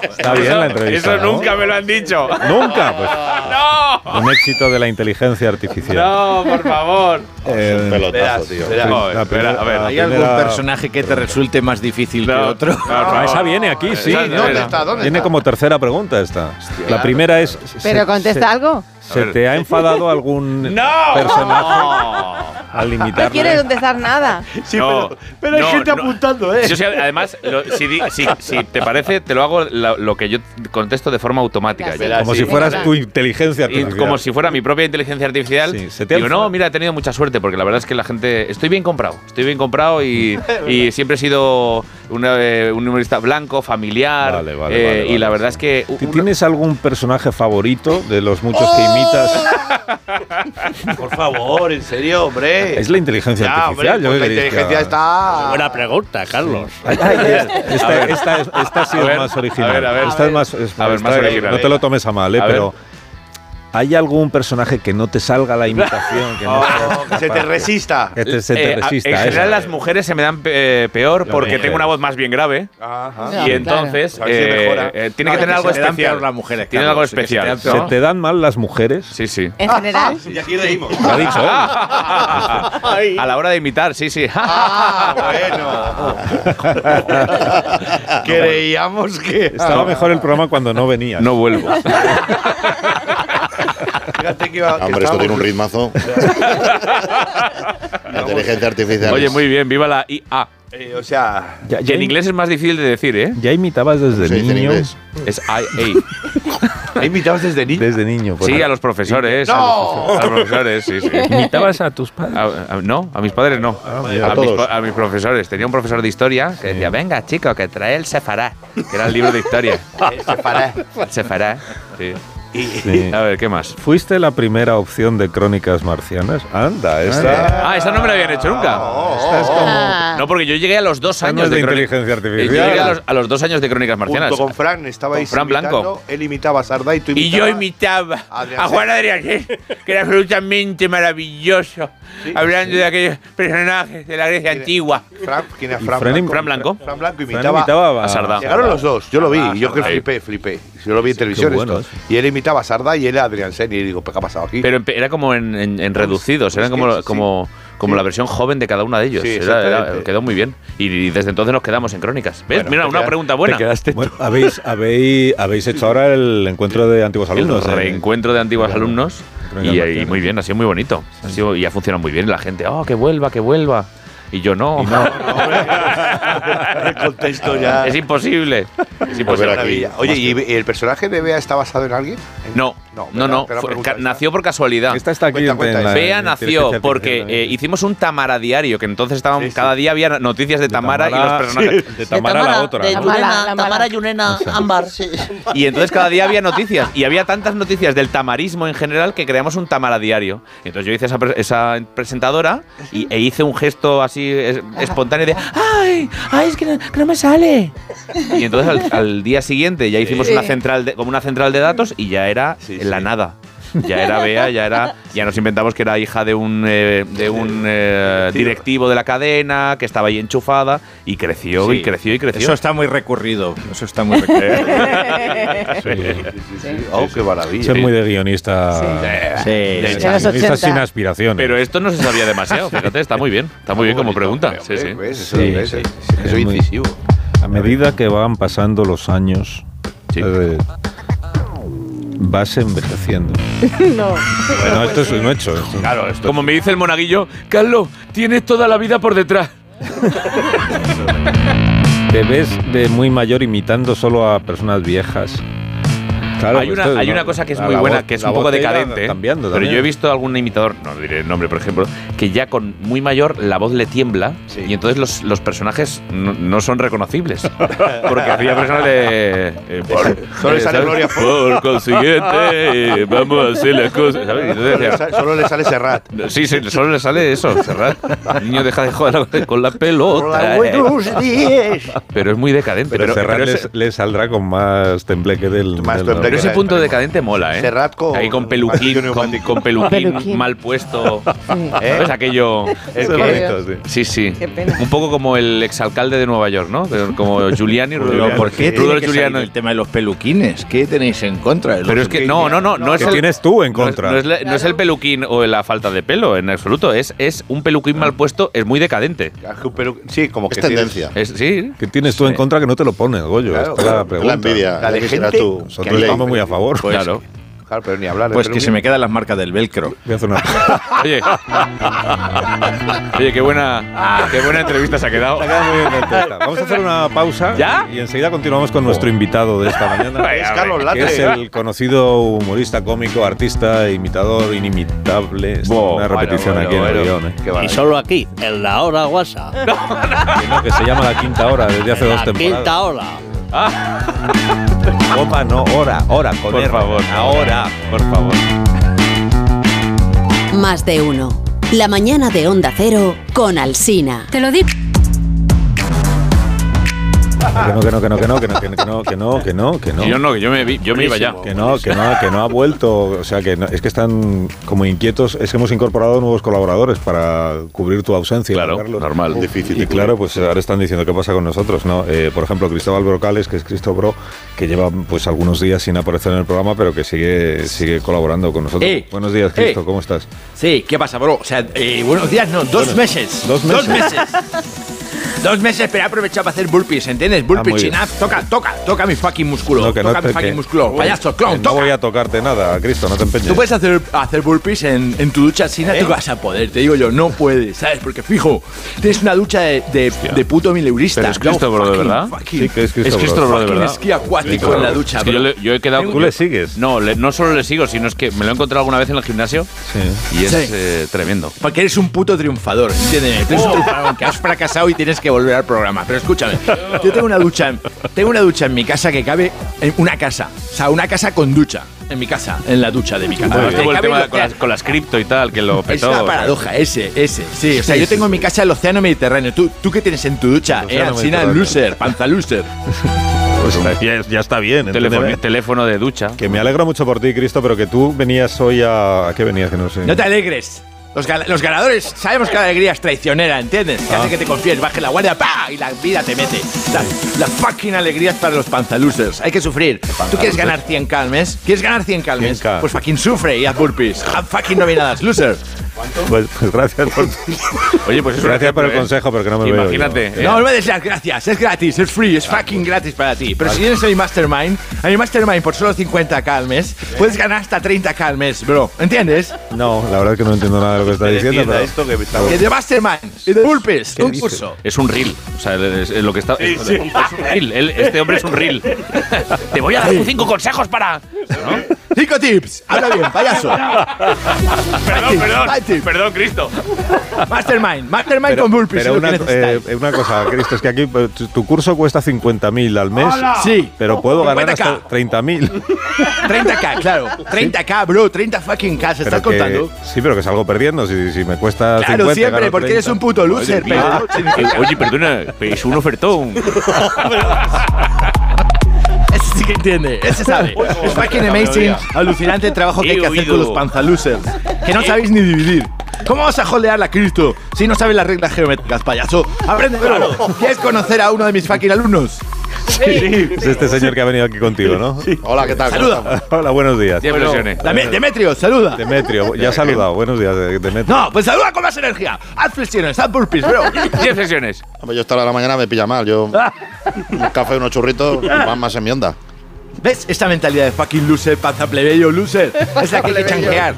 [SPEAKER 1] Está bien la entrevista.
[SPEAKER 6] Eso
[SPEAKER 1] ¿no?
[SPEAKER 6] nunca me lo han dicho.
[SPEAKER 1] Nunca, pues.
[SPEAKER 6] ¡No!
[SPEAKER 1] Un éxito de la inteligencia artificial.
[SPEAKER 6] No, por favor.
[SPEAKER 1] Eh,
[SPEAKER 4] Un pelotazo,
[SPEAKER 3] Verás,
[SPEAKER 4] tío.
[SPEAKER 3] verás.
[SPEAKER 1] sí,
[SPEAKER 6] joder,
[SPEAKER 1] la primera-
[SPEAKER 6] espera, a ver,
[SPEAKER 1] la
[SPEAKER 5] ¿Hay algún
[SPEAKER 1] primera-
[SPEAKER 5] personaje que te resulte más difícil que
[SPEAKER 6] No.
[SPEAKER 5] otro?
[SPEAKER 6] No,
[SPEAKER 1] Ah,
[SPEAKER 6] no.
[SPEAKER 1] esa viene aquí, sí.
[SPEAKER 6] Esa-
[SPEAKER 1] ¿no?
[SPEAKER 6] esa-
[SPEAKER 4] está? ¿Dónde
[SPEAKER 1] Viene
[SPEAKER 4] está?
[SPEAKER 1] como tercera pregunta esta. La primera es. se-
[SPEAKER 2] Pero contesta algo.
[SPEAKER 1] Se, se te ha enfadado algún
[SPEAKER 6] *laughs* ¡No!
[SPEAKER 1] personaje al
[SPEAKER 2] No
[SPEAKER 1] imitarlo?
[SPEAKER 2] quiere contestar nada.
[SPEAKER 3] Sí,
[SPEAKER 6] No,
[SPEAKER 3] pero, pero hay
[SPEAKER 6] no,
[SPEAKER 3] gente
[SPEAKER 6] no.
[SPEAKER 3] apuntando, ¿eh?
[SPEAKER 6] Yo sé, además, lo- si, di- si- si te parece, te lo hago la- lo que yo contesto de forma
[SPEAKER 2] Ya
[SPEAKER 6] automática. Yo-
[SPEAKER 2] sé.
[SPEAKER 1] Como si
[SPEAKER 2] Sí,
[SPEAKER 1] fueras
[SPEAKER 2] verdad.
[SPEAKER 1] tu inteligencia
[SPEAKER 6] y
[SPEAKER 1] artificial.
[SPEAKER 6] como si fuera mi propia inteligencia artificial.
[SPEAKER 1] Sí, se te
[SPEAKER 6] digo,
[SPEAKER 1] alza.
[SPEAKER 6] no, mira, he tenido mucha suerte porque la verdad es que la gente. Estoy bien comprado, estoy bien comprado
[SPEAKER 1] *laughs*
[SPEAKER 6] y, y siempre he sido una, eh, un humorista blanco, familiar.
[SPEAKER 1] Vale, vale,
[SPEAKER 6] eh,
[SPEAKER 1] vale,
[SPEAKER 6] y la
[SPEAKER 1] vale,
[SPEAKER 6] verdad
[SPEAKER 1] sí.
[SPEAKER 6] es que.
[SPEAKER 1] ¿Ti-
[SPEAKER 6] uno-
[SPEAKER 1] ¿Tienes algún personaje favorito de los muchos que
[SPEAKER 6] Oh. *laughs*
[SPEAKER 1] imitas?
[SPEAKER 3] Por favor, en serio, hombre.
[SPEAKER 1] Es la inteligencia
[SPEAKER 3] Ya, hombre,
[SPEAKER 1] artificial. yo
[SPEAKER 4] Pues la
[SPEAKER 1] qué queréis que
[SPEAKER 4] inteligencia
[SPEAKER 1] haga.
[SPEAKER 8] Ah,
[SPEAKER 4] está.
[SPEAKER 7] Buena pregunta, Carlos.
[SPEAKER 1] Ay, ay, esta, esta, esta, es- esta ha sido
[SPEAKER 6] A ver,
[SPEAKER 1] más original.
[SPEAKER 6] a ver, a ver.
[SPEAKER 1] Esta es más, es-
[SPEAKER 6] A ver,
[SPEAKER 1] esta-
[SPEAKER 6] más original.
[SPEAKER 1] No te lo tomes a mal, eh,
[SPEAKER 6] A ver.
[SPEAKER 1] pero ¿hay algún personaje que no te salga
[SPEAKER 6] *laughs*
[SPEAKER 1] la imitación? Que, no seas
[SPEAKER 3] Oh, que se te
[SPEAKER 1] capaz?
[SPEAKER 3] resista.
[SPEAKER 1] Que te- se
[SPEAKER 6] Eh,
[SPEAKER 1] te
[SPEAKER 6] a-
[SPEAKER 1] resista.
[SPEAKER 6] en
[SPEAKER 1] esa.
[SPEAKER 6] general, las mujeres se me dan eh, peor porque
[SPEAKER 1] mujer.
[SPEAKER 6] tengo una voz más bien grave.
[SPEAKER 3] Ajá.
[SPEAKER 2] Claro.
[SPEAKER 6] y entonces
[SPEAKER 3] Ah, A ver si
[SPEAKER 6] eh,
[SPEAKER 3] mejora.
[SPEAKER 6] eh, tiene
[SPEAKER 5] No,
[SPEAKER 6] que tener
[SPEAKER 5] se
[SPEAKER 6] algo
[SPEAKER 5] me dan peor
[SPEAKER 6] especial.
[SPEAKER 5] las mujeres,
[SPEAKER 6] Tiene
[SPEAKER 5] Carlos,
[SPEAKER 6] algo
[SPEAKER 5] sí que se
[SPEAKER 6] especial.
[SPEAKER 5] te dan
[SPEAKER 1] ¿Se
[SPEAKER 5] peor.
[SPEAKER 1] te dan mal las mujeres?
[SPEAKER 6] Sí, sí.
[SPEAKER 2] En general.
[SPEAKER 3] Y aquí reímos.
[SPEAKER 1] Lo ha dicho él.
[SPEAKER 6] *laughs* A la hora de imitar, sí, sí.
[SPEAKER 3] Ah,
[SPEAKER 6] *laughs*
[SPEAKER 3] bueno. Creíamos que.
[SPEAKER 1] *laughs* Estaba mejor el programa cuando no venías.
[SPEAKER 6] no vuelvo.
[SPEAKER 3] Fíjate que iba- que
[SPEAKER 4] Ah, Hombre, esto tiene un
[SPEAKER 3] estábamos-
[SPEAKER 4] ritmazo. La inteligencia artificial.
[SPEAKER 6] Oye, muy bien, viva la IA.
[SPEAKER 3] Eh, o sea,
[SPEAKER 1] Ya,
[SPEAKER 6] Y en inglés es más difícil de decir, ¿eh?
[SPEAKER 1] Ya imitabas desde
[SPEAKER 4] Se dice en
[SPEAKER 1] niño.
[SPEAKER 4] inglés.
[SPEAKER 6] Es IA.
[SPEAKER 3] ¿ha invitado desde niño?
[SPEAKER 1] Desde niño. pues.
[SPEAKER 6] Sí, a los profesores.
[SPEAKER 3] ¡No!
[SPEAKER 6] A los, a los profesores, sí, sí.
[SPEAKER 1] Imitabas a tus padres.
[SPEAKER 6] A- a- no, a mis padres no.
[SPEAKER 4] mira,
[SPEAKER 6] a,
[SPEAKER 4] a
[SPEAKER 6] mis,
[SPEAKER 4] todos.
[SPEAKER 6] pa- a mis profesores. Tenía un profesor de historia que decía, venga, chico, que trae el Sefará, que era el libro de historia.
[SPEAKER 3] Sefará.
[SPEAKER 6] El Sefará. Sí.
[SPEAKER 1] Sí.
[SPEAKER 6] A ver, ¿qué más?
[SPEAKER 1] ¿Fuiste la primera opción de Crónicas Marcianas? Anda, esta.
[SPEAKER 8] oh,
[SPEAKER 6] Ah, esa no me la habían hecho nunca.
[SPEAKER 1] esta es como.
[SPEAKER 2] Ah.
[SPEAKER 6] No, porque yo llegué a los dos
[SPEAKER 1] Ah, no
[SPEAKER 6] años
[SPEAKER 1] es de
[SPEAKER 6] Crónica-
[SPEAKER 1] inteligencia
[SPEAKER 6] Eh, Yo llegué a los,
[SPEAKER 1] artificial.
[SPEAKER 6] a los dos años de Crónicas Marcianas.
[SPEAKER 8] Junto con Fran, estabais
[SPEAKER 6] Fran
[SPEAKER 8] imitando,
[SPEAKER 6] Blanco.
[SPEAKER 8] él imitaba a Sardá y tú
[SPEAKER 6] Y
[SPEAKER 8] imitabas...
[SPEAKER 6] yo imitaba
[SPEAKER 8] Adrián
[SPEAKER 6] a Juan Adrián, Sés, que era absolutamente maravilloso, hablando de aquellos personajes de la Grecia antigua.
[SPEAKER 8] Fran, ¿quién era
[SPEAKER 1] Y
[SPEAKER 8] Fran,
[SPEAKER 1] Fran im-
[SPEAKER 8] Blanco?
[SPEAKER 6] Fran Blanco.
[SPEAKER 8] Fran Blanco
[SPEAKER 1] Fran
[SPEAKER 8] imitaba,
[SPEAKER 1] imitaba a
[SPEAKER 6] a Sardá.
[SPEAKER 8] Llegaron los dos, yo lo vi,
[SPEAKER 6] Ah,
[SPEAKER 8] y yo que
[SPEAKER 6] Sardá.
[SPEAKER 8] flipé, flipé. Yo lo vi en televisión
[SPEAKER 1] bueno
[SPEAKER 8] esto.
[SPEAKER 1] eso.
[SPEAKER 8] Y él imitaba a Sardá y él a Adrián Sen, y digo, ¿pero ¿qué ha pasado aquí?
[SPEAKER 6] Pero en- era como en, en- en reducidos, eran
[SPEAKER 8] Pues
[SPEAKER 6] como,
[SPEAKER 8] que sí.
[SPEAKER 6] como, como
[SPEAKER 8] Sí.
[SPEAKER 6] la versión joven de cada uno de ellos.
[SPEAKER 8] Sí,
[SPEAKER 6] Era- era-
[SPEAKER 8] exactamente.
[SPEAKER 6] quedó muy bien. Y, y desde entonces nos quedamos en Crónicas. ¿Ves?
[SPEAKER 8] Bueno,
[SPEAKER 6] Mira,
[SPEAKER 8] te
[SPEAKER 6] una
[SPEAKER 8] queda-
[SPEAKER 6] pregunta buena.
[SPEAKER 1] Bueno, habéis, habéis, habéis hecho ahora el encuentro de antiguos
[SPEAKER 6] El
[SPEAKER 1] alumnos. eh.
[SPEAKER 6] reencuentro de antiguos
[SPEAKER 1] Claro.
[SPEAKER 6] alumnos.
[SPEAKER 1] Crónicas
[SPEAKER 6] Y, y
[SPEAKER 1] Marcianas.
[SPEAKER 6] muy bien, ha sido muy bonito. Ha sido- y ha funcionado muy bien. La gente, oh, que vuelva, que vuelva. Y yo no.
[SPEAKER 8] *laughs* El contexto ya...
[SPEAKER 6] es imposible. Es
[SPEAKER 8] Pues
[SPEAKER 6] imposible.
[SPEAKER 8] maravilla. Oye, ¿y y el personaje de Bea está basado en alguien? En-
[SPEAKER 6] No, no,
[SPEAKER 8] ¿verdad?
[SPEAKER 6] no.
[SPEAKER 8] Te la
[SPEAKER 6] fue-
[SPEAKER 8] pregunto
[SPEAKER 6] ca-
[SPEAKER 8] esta.
[SPEAKER 6] nació por casualidad.
[SPEAKER 1] Esta está aquí
[SPEAKER 8] Cuenta,
[SPEAKER 1] en-
[SPEAKER 8] cuenta
[SPEAKER 1] en la-
[SPEAKER 8] esa.
[SPEAKER 6] Bea
[SPEAKER 1] en
[SPEAKER 6] nació
[SPEAKER 1] inteligencia
[SPEAKER 6] porque
[SPEAKER 1] artificial.
[SPEAKER 6] eh, hicimos un Tamara diario, que entonces estábamos
[SPEAKER 8] Sí, sí.
[SPEAKER 6] cada día había noticias de
[SPEAKER 1] De
[SPEAKER 6] Tamara, y los
[SPEAKER 1] *laughs*
[SPEAKER 6] personajes.
[SPEAKER 1] De Tamara, la otra.
[SPEAKER 7] De
[SPEAKER 1] ¿no?
[SPEAKER 2] Tamara,
[SPEAKER 7] Yurena,
[SPEAKER 2] la mala.
[SPEAKER 7] Tamara Yurena Ámbar. sí.
[SPEAKER 6] Y entonces cada día había noticias. Y había tantas noticias del tamarismo en general que creamos un Tamara diario. Y entonces yo hice esa, pre- esa presentadora y, e hice un gesto así es- espontáneo de ¡Ay! ¡Ay, es que no, que no me sale! Y entonces al, al día siguiente ya hicimos
[SPEAKER 2] Sí.
[SPEAKER 6] una central de- como una central de datos y ya era la nada. Ya era Bea, ya era. Ya nos inventamos que era hija de un, eh, de un eh, directivo de la cadena, que estaba ahí enchufada, y creció,
[SPEAKER 5] Sí.
[SPEAKER 6] y creció, y creció.
[SPEAKER 5] Eso está muy recurrido. Eso está muy recurrido.
[SPEAKER 8] Oh, qué maravilla.
[SPEAKER 1] Eso es muy de guionista.
[SPEAKER 5] Sí,
[SPEAKER 6] De
[SPEAKER 5] sí.
[SPEAKER 2] hecho. los
[SPEAKER 1] guionista
[SPEAKER 2] 80.
[SPEAKER 1] sin aspiraciones.
[SPEAKER 6] Pero esto no se sabía demasiado, fíjate, está muy bien.
[SPEAKER 8] Eh,
[SPEAKER 6] Está muy bien como pregunta. Sí, sí.
[SPEAKER 8] ¿Ves? Eso,
[SPEAKER 1] Sí,
[SPEAKER 8] ves,
[SPEAKER 1] sí,
[SPEAKER 8] es-
[SPEAKER 1] sí,
[SPEAKER 8] eso
[SPEAKER 1] es
[SPEAKER 8] es
[SPEAKER 1] muy-
[SPEAKER 8] incisivo.
[SPEAKER 1] A medida que van pasando los años,
[SPEAKER 6] Sí.
[SPEAKER 1] eh, vas envejeciendo.
[SPEAKER 2] *laughs* No.
[SPEAKER 1] no,
[SPEAKER 6] pues
[SPEAKER 1] esto es un hecho. esto-
[SPEAKER 6] Claro, Como me dice el monaguillo, Carlos, tienes toda la vida por detrás.
[SPEAKER 1] Te ves de muy mayor imitando solo a personas viejas. Claro,
[SPEAKER 6] hay
[SPEAKER 1] pues
[SPEAKER 6] una,
[SPEAKER 1] esto
[SPEAKER 6] hay
[SPEAKER 1] ¿no?
[SPEAKER 6] una cosa que es
[SPEAKER 1] La
[SPEAKER 6] muy
[SPEAKER 1] voz-
[SPEAKER 6] buena, que es
[SPEAKER 1] la
[SPEAKER 6] un poco
[SPEAKER 1] voz te irá
[SPEAKER 6] decadente.
[SPEAKER 1] Cambiando
[SPEAKER 6] pero
[SPEAKER 1] también.
[SPEAKER 6] yo he visto algún imitador, no diré el nombre, por ejemplo, que ya con muy mayor la voz le tiembla
[SPEAKER 8] Sí.
[SPEAKER 6] y entonces los, los personajes no, no son reconocibles. *laughs* Porque había personas de. eh, por-
[SPEAKER 8] Solo le sale
[SPEAKER 6] eh, ¿sabes?
[SPEAKER 8] Gloria
[SPEAKER 6] Por consiguiente, eh, vamos a hacer las cosas. ¿sabes? Y entonces
[SPEAKER 8] Solo le
[SPEAKER 6] decías,
[SPEAKER 8] sale- Solo le sale Serrat.
[SPEAKER 6] Sí, sí, solo le sale eso, cerrar. Niño, deja de joder con la pelota. eh,
[SPEAKER 8] *laughs*
[SPEAKER 6] Pero es muy decadente.
[SPEAKER 1] Pero,
[SPEAKER 6] Pero,
[SPEAKER 1] Serrat
[SPEAKER 6] pero ese,
[SPEAKER 1] les- le saldrá con más tembleque del.
[SPEAKER 8] Más
[SPEAKER 1] del
[SPEAKER 8] tembleque
[SPEAKER 6] pero ese
[SPEAKER 1] normal.
[SPEAKER 8] Serrat
[SPEAKER 6] punto
[SPEAKER 8] con-
[SPEAKER 6] decadente mola, ¿eh?
[SPEAKER 8] Serrat con-
[SPEAKER 6] Ahí con peluquín,
[SPEAKER 8] con-
[SPEAKER 6] con, con peluquín,
[SPEAKER 2] Peluquín.
[SPEAKER 6] mal puesto.
[SPEAKER 8] ¿Eh?
[SPEAKER 6] ¿Sabes aquello?
[SPEAKER 8] Es
[SPEAKER 1] Eso
[SPEAKER 8] que-
[SPEAKER 1] es bonito, sí.
[SPEAKER 6] Sí, sí.
[SPEAKER 2] Qué pena.
[SPEAKER 6] Un poco como el exalcalde de Nueva York, ¿no? Como Giuliani.
[SPEAKER 5] Pero ¿por qué tiene
[SPEAKER 6] Rudolf
[SPEAKER 5] que salir
[SPEAKER 6] Giuliani.
[SPEAKER 5] el tema de los peluquines? ¿Qué tenéis en contra? de los
[SPEAKER 6] Pero es que no, no, no, no es
[SPEAKER 1] ¿Qué
[SPEAKER 6] el,
[SPEAKER 1] tienes tú en
[SPEAKER 6] No es-
[SPEAKER 1] contra?
[SPEAKER 6] No es, la- no es el peluquín o la falta de pelo, en absoluto. Es, es un peluquín mal puesto, es muy decadente.
[SPEAKER 8] Pero- Sí, como
[SPEAKER 4] Es
[SPEAKER 8] que
[SPEAKER 4] tendencia.
[SPEAKER 6] Es, sí.
[SPEAKER 1] ¿Qué tienes tú en contra que no te lo pones, Goyo?
[SPEAKER 8] Claro.
[SPEAKER 1] Esta es la
[SPEAKER 4] La
[SPEAKER 1] pregunta.
[SPEAKER 4] envidia.
[SPEAKER 8] La de
[SPEAKER 4] que será
[SPEAKER 8] gente
[SPEAKER 4] tú,
[SPEAKER 1] Nosotros
[SPEAKER 4] que le-
[SPEAKER 1] estamos muy a favor.
[SPEAKER 6] claro.
[SPEAKER 8] tienes- Claro, pero ni hablar.
[SPEAKER 5] Pues
[SPEAKER 8] pero
[SPEAKER 5] que
[SPEAKER 8] ni-
[SPEAKER 5] se me quedan las marcas del velcro.
[SPEAKER 1] Voy a hacer
[SPEAKER 6] *laughs*
[SPEAKER 1] una.
[SPEAKER 6] Oye. Oye, qué buena, qué buena entrevista se ha quedado.
[SPEAKER 1] Ha quedado muy bien la entrevista. Vamos a hacer una pausa
[SPEAKER 6] ¿Ya?
[SPEAKER 1] y enseguida continuamos con nuestro invitado de esta mañana.
[SPEAKER 6] Vaya,
[SPEAKER 8] Es Carlos
[SPEAKER 1] que es
[SPEAKER 8] Latre.
[SPEAKER 1] el conocido humorista, cómico, artista, imitador, inimitable. Está
[SPEAKER 6] Buah,
[SPEAKER 1] una
[SPEAKER 6] bueno,
[SPEAKER 1] repetición
[SPEAKER 6] bueno,
[SPEAKER 1] aquí en
[SPEAKER 6] bueno.
[SPEAKER 1] el guión, ¿eh?
[SPEAKER 8] Qué maravilla.
[SPEAKER 7] solo aquí, en la hora guasa.
[SPEAKER 1] Que no, que se llama La Quinta Hora desde hace dos temporadas.
[SPEAKER 7] hora.
[SPEAKER 1] Opa, no, hora, hora, con
[SPEAKER 6] Por
[SPEAKER 1] R.
[SPEAKER 6] favor.
[SPEAKER 1] Ahora, por favor.
[SPEAKER 10] Más de uno. La mañana de Onda Cero con Alsina.
[SPEAKER 11] Te lo digo.
[SPEAKER 1] Que no, que no, que no, que no, que no, que no, que no, que no, que no.
[SPEAKER 6] Yo no, que yo me, vi- yo me iba ya.
[SPEAKER 1] Que no, que no, que no ha vuelto. O sea, que no- es que están como inquietos. Es que hemos incorporado nuevos colaboradores para cubrir tu ausencia.
[SPEAKER 6] Claro,
[SPEAKER 1] Carlos.
[SPEAKER 6] normal.
[SPEAKER 4] Difícil.
[SPEAKER 1] Y
[SPEAKER 4] de
[SPEAKER 1] claro, pues ahora están diciendo qué pasa con nosotros, ¿no? Eh, por ejemplo, Cristóbal Brocales, que es Cristo Bro, que lleva pues algunos días sin aparecer en el programa, pero que sigue sigue colaborando con nosotros.
[SPEAKER 5] Eh.
[SPEAKER 1] Buenos días, Cristo,
[SPEAKER 5] Eh.
[SPEAKER 1] ¿cómo estás?
[SPEAKER 5] Sí, ¿qué pasa, bro? O sea, eh, buenos días, no, dos meses.
[SPEAKER 1] dos
[SPEAKER 5] Dos meses. Dos meses, pero he aprovechado para hacer burpees, ¿entiendes?
[SPEAKER 1] Ah,
[SPEAKER 5] Burpees,
[SPEAKER 1] muy
[SPEAKER 5] chin
[SPEAKER 1] bien.
[SPEAKER 5] up, toca, toca, toca mi fucking músculo.
[SPEAKER 1] No, que no
[SPEAKER 5] toca
[SPEAKER 1] te-
[SPEAKER 5] mi fucking
[SPEAKER 1] que- eh,
[SPEAKER 5] músculo. Payaso, clown,
[SPEAKER 1] no
[SPEAKER 5] toca.
[SPEAKER 1] voy a tocarte nada, Cristo, no te empeñes.
[SPEAKER 5] Tú puedes hacer, hacer burpees en, en tu ducha
[SPEAKER 1] ¿Eh?
[SPEAKER 5] sin tú vas a poder, te digo yo, no puedes, ¿sabes? Porque fijo, tienes una ducha de, de, de puto mileurista.
[SPEAKER 6] Pero es Cristo, bro, ¿de verdad?
[SPEAKER 1] Sí, que es Cristo,
[SPEAKER 6] Es Cristo,
[SPEAKER 1] Bro.
[SPEAKER 6] bro, de
[SPEAKER 5] Fucking
[SPEAKER 6] verdad.
[SPEAKER 5] esquí acuático
[SPEAKER 1] Sí, claro.
[SPEAKER 5] en la ducha,
[SPEAKER 6] Es que
[SPEAKER 5] bro.
[SPEAKER 6] yo, le- yo he quedado.
[SPEAKER 1] ¿Tú le sigues?
[SPEAKER 6] No, le- no solo le sigo, sino es que me lo he encontrado alguna vez en el gimnasio
[SPEAKER 1] Sí.
[SPEAKER 6] y es
[SPEAKER 5] Sí.
[SPEAKER 6] eh, tremendo.
[SPEAKER 5] Porque eres un puto triunfador, ¿entiendes? Tú eres un triunfador que has fracasado y tienes que volver al programa. Pero escúchame, yo tengo una ducha, en- tengo una ducha en mi casa que cabe en una casa, o sea, una casa con ducha. en mi casa, en la ducha de mi casa.
[SPEAKER 6] Además,
[SPEAKER 5] Eh,
[SPEAKER 6] tuvo el
[SPEAKER 5] cabe
[SPEAKER 6] tema con
[SPEAKER 5] bloquear.
[SPEAKER 6] las, con las cripto y tal, que lo petó.
[SPEAKER 5] Es una
[SPEAKER 6] o sea.
[SPEAKER 5] paradoja, ese, ese. Sí, o sea, yo tengo en mi casa el océano Mediterráneo. ¿Tú, tú qué tienes en tu ducha?
[SPEAKER 1] El
[SPEAKER 5] Eh,
[SPEAKER 1] océano
[SPEAKER 5] Alcina,
[SPEAKER 1] Mediterráneo.
[SPEAKER 5] loser, panza loser.
[SPEAKER 1] Pues, eh, ya, ya está bien. ¿eh?
[SPEAKER 6] Teléfono,
[SPEAKER 1] entiéndeme.
[SPEAKER 6] teléfono de ducha.
[SPEAKER 1] Que me alegro mucho por ti, Cristo, pero que tú venías hoy a... ¿A qué venías? Que no sé.
[SPEAKER 5] No te alegres. Los, gala- los ganadores sabemos que la alegría es traicionera, ¿entiendes? Que hace que te confíes, baje la guardia, ¡pa! Y la vida te mete. La, la fucking alegría es para los panzalusers. Hay que sufrir. ¿Tú quieres ganar 100 calmes? ¿Quieres ganar 100 calmes?
[SPEAKER 1] 100K.
[SPEAKER 5] Pues fucking sufre y haz burpees. Haz fucking nominadas, loser.
[SPEAKER 1] Pues, pues gracias por,
[SPEAKER 6] Oye, pues es un
[SPEAKER 1] gracias por el
[SPEAKER 6] ejemplo, ¿eh?
[SPEAKER 1] consejo, pero que no me veo yo.
[SPEAKER 6] Imagínate. eh,
[SPEAKER 5] No, no me des las gracias, es gratis, es free, es fucking gratis para ti. Pero si vienes a mi mastermind, a mi mastermind por solo 50 calmes, puedes ganar hasta 30 calmes, bro. ¿Entiendes?
[SPEAKER 1] No, la verdad es que no entiendo nada de lo que estás diciendo,
[SPEAKER 8] Entienda
[SPEAKER 1] pero...
[SPEAKER 8] esto que me está-
[SPEAKER 3] Pues
[SPEAKER 5] Que de mastermind, y de burpees, un
[SPEAKER 1] dices?
[SPEAKER 5] curso.
[SPEAKER 6] Es un reel. O sea, es, es lo que está. es, es un reel. Él- este hombre es un *laughs* reel. Te voy a dar cinco consejos para.
[SPEAKER 5] Cinco tips. Habla bien, payaso.
[SPEAKER 6] *laughs* Perdón, perdón.
[SPEAKER 5] Five tips.
[SPEAKER 6] Perdón, Cristo.
[SPEAKER 5] Mastermind. Mastermind con burpees.
[SPEAKER 1] pero
[SPEAKER 5] es lo
[SPEAKER 1] una,
[SPEAKER 5] que necesitáis.
[SPEAKER 1] eh, una cosa, Cristo, es que aquí pues, tu, tu curso cuesta 50.000 al mes,
[SPEAKER 5] Sí. Pues
[SPEAKER 1] pero puedo ganar
[SPEAKER 5] 50K.
[SPEAKER 1] hasta 30.000.
[SPEAKER 5] 30k, claro. 30k, bro. 30 fucking k. ¿Se estás
[SPEAKER 1] Pero que-
[SPEAKER 5] contando?
[SPEAKER 1] Sí, pero que salgo perdiendo. Si, si me cuesta
[SPEAKER 5] Claro,
[SPEAKER 1] 50,
[SPEAKER 5] siempre,
[SPEAKER 1] gano
[SPEAKER 5] porque eres
[SPEAKER 1] 30.
[SPEAKER 5] un puto loser,
[SPEAKER 1] Ah.
[SPEAKER 5] pero.
[SPEAKER 6] Ah. Oye, perdona, es un ofertón.
[SPEAKER 5] Ese sí que entiende,
[SPEAKER 1] *laughs*
[SPEAKER 5] ese sabe. Es fucking amazing, alucinante el trabajo que hay que
[SPEAKER 6] He
[SPEAKER 5] hacer con
[SPEAKER 6] huido.
[SPEAKER 5] los panzalusers. Que
[SPEAKER 1] Eh.
[SPEAKER 5] no sabéis ni dividir. ¿Cómo vas a jolear a Cristo si no sabes las reglas geométricas, payaso? ¡Apréndelo! ¿Quieres conocer a uno de mis fucking alumnos?
[SPEAKER 1] Es este señor que ha venido aquí contigo, ¿no?
[SPEAKER 4] Hola, ¿qué tal? ¿Cómo
[SPEAKER 5] Saluda.
[SPEAKER 4] estamos?
[SPEAKER 1] *laughs* Hola, buenos días.
[SPEAKER 6] Diez presiones.
[SPEAKER 5] También, Demetrio, saluda.
[SPEAKER 1] Demetrio, ya ha saludado. Buenos días, eh, Demetrio.
[SPEAKER 5] No, pues saluda con más energía. Haz flexiones, haz burpees, *laughs* bro.
[SPEAKER 6] Diez sesiones.
[SPEAKER 4] Hombre, yo a esta hora de la mañana me pilla mal. Yo un café,
[SPEAKER 8] *laughs*
[SPEAKER 4] unos churritos, van más en mi onda.
[SPEAKER 5] ¿Ves? Esta mentalidad de fucking loser, panza plebeyo, *laughs* loser. Es la que hay que chanquear.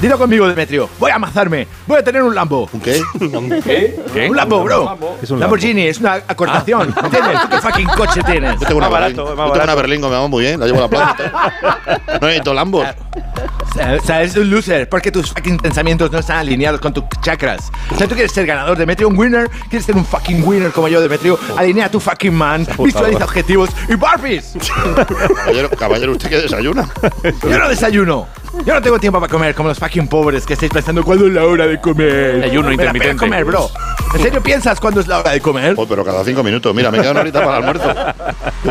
[SPEAKER 5] Dilo conmigo, Demetrio. Voy a amazarme. Voy a tener un Lambo.
[SPEAKER 4] ¿Un qué?
[SPEAKER 6] ¿Qué?
[SPEAKER 5] Un Lambo, Ah. bro.
[SPEAKER 1] Es un Lambo.
[SPEAKER 5] Lamborghini, es una acortación. *laughs* ¿Entiendes? ¿Tú qué fucking coche tienes?
[SPEAKER 4] Yo tengo una
[SPEAKER 8] Más barato, más
[SPEAKER 4] Berlingo. Yo tengo
[SPEAKER 8] barato.
[SPEAKER 4] una Berlingo, me va muy bien. La llevo a la playa. No necesito Lambos.
[SPEAKER 5] O sea, eres un loser porque tus fucking pensamientos no están alineados con tus chakras. O sea, tú quieres ser ganador, Demetrio, un winner. Quieres ser un fucking winner como yo, Demetrio. Alinea tu fucking man, visualiza objetivos y burpees.
[SPEAKER 4] Caballero, caballero, ¿usted qué desayuna?
[SPEAKER 5] Yo no desayuno. Yo no tengo tiempo para comer como los fucking pobres que estáis pensando cuándo es la hora de comer.
[SPEAKER 6] Ayuno
[SPEAKER 5] Pero, pero
[SPEAKER 6] intermitente.
[SPEAKER 5] comer, bro. ¿En
[SPEAKER 1] *laughs*
[SPEAKER 5] serio piensas cuándo es la hora de comer?
[SPEAKER 4] Oh, pero cada cinco minutos. Mira, me queda una horita para el almuerzo. Vaya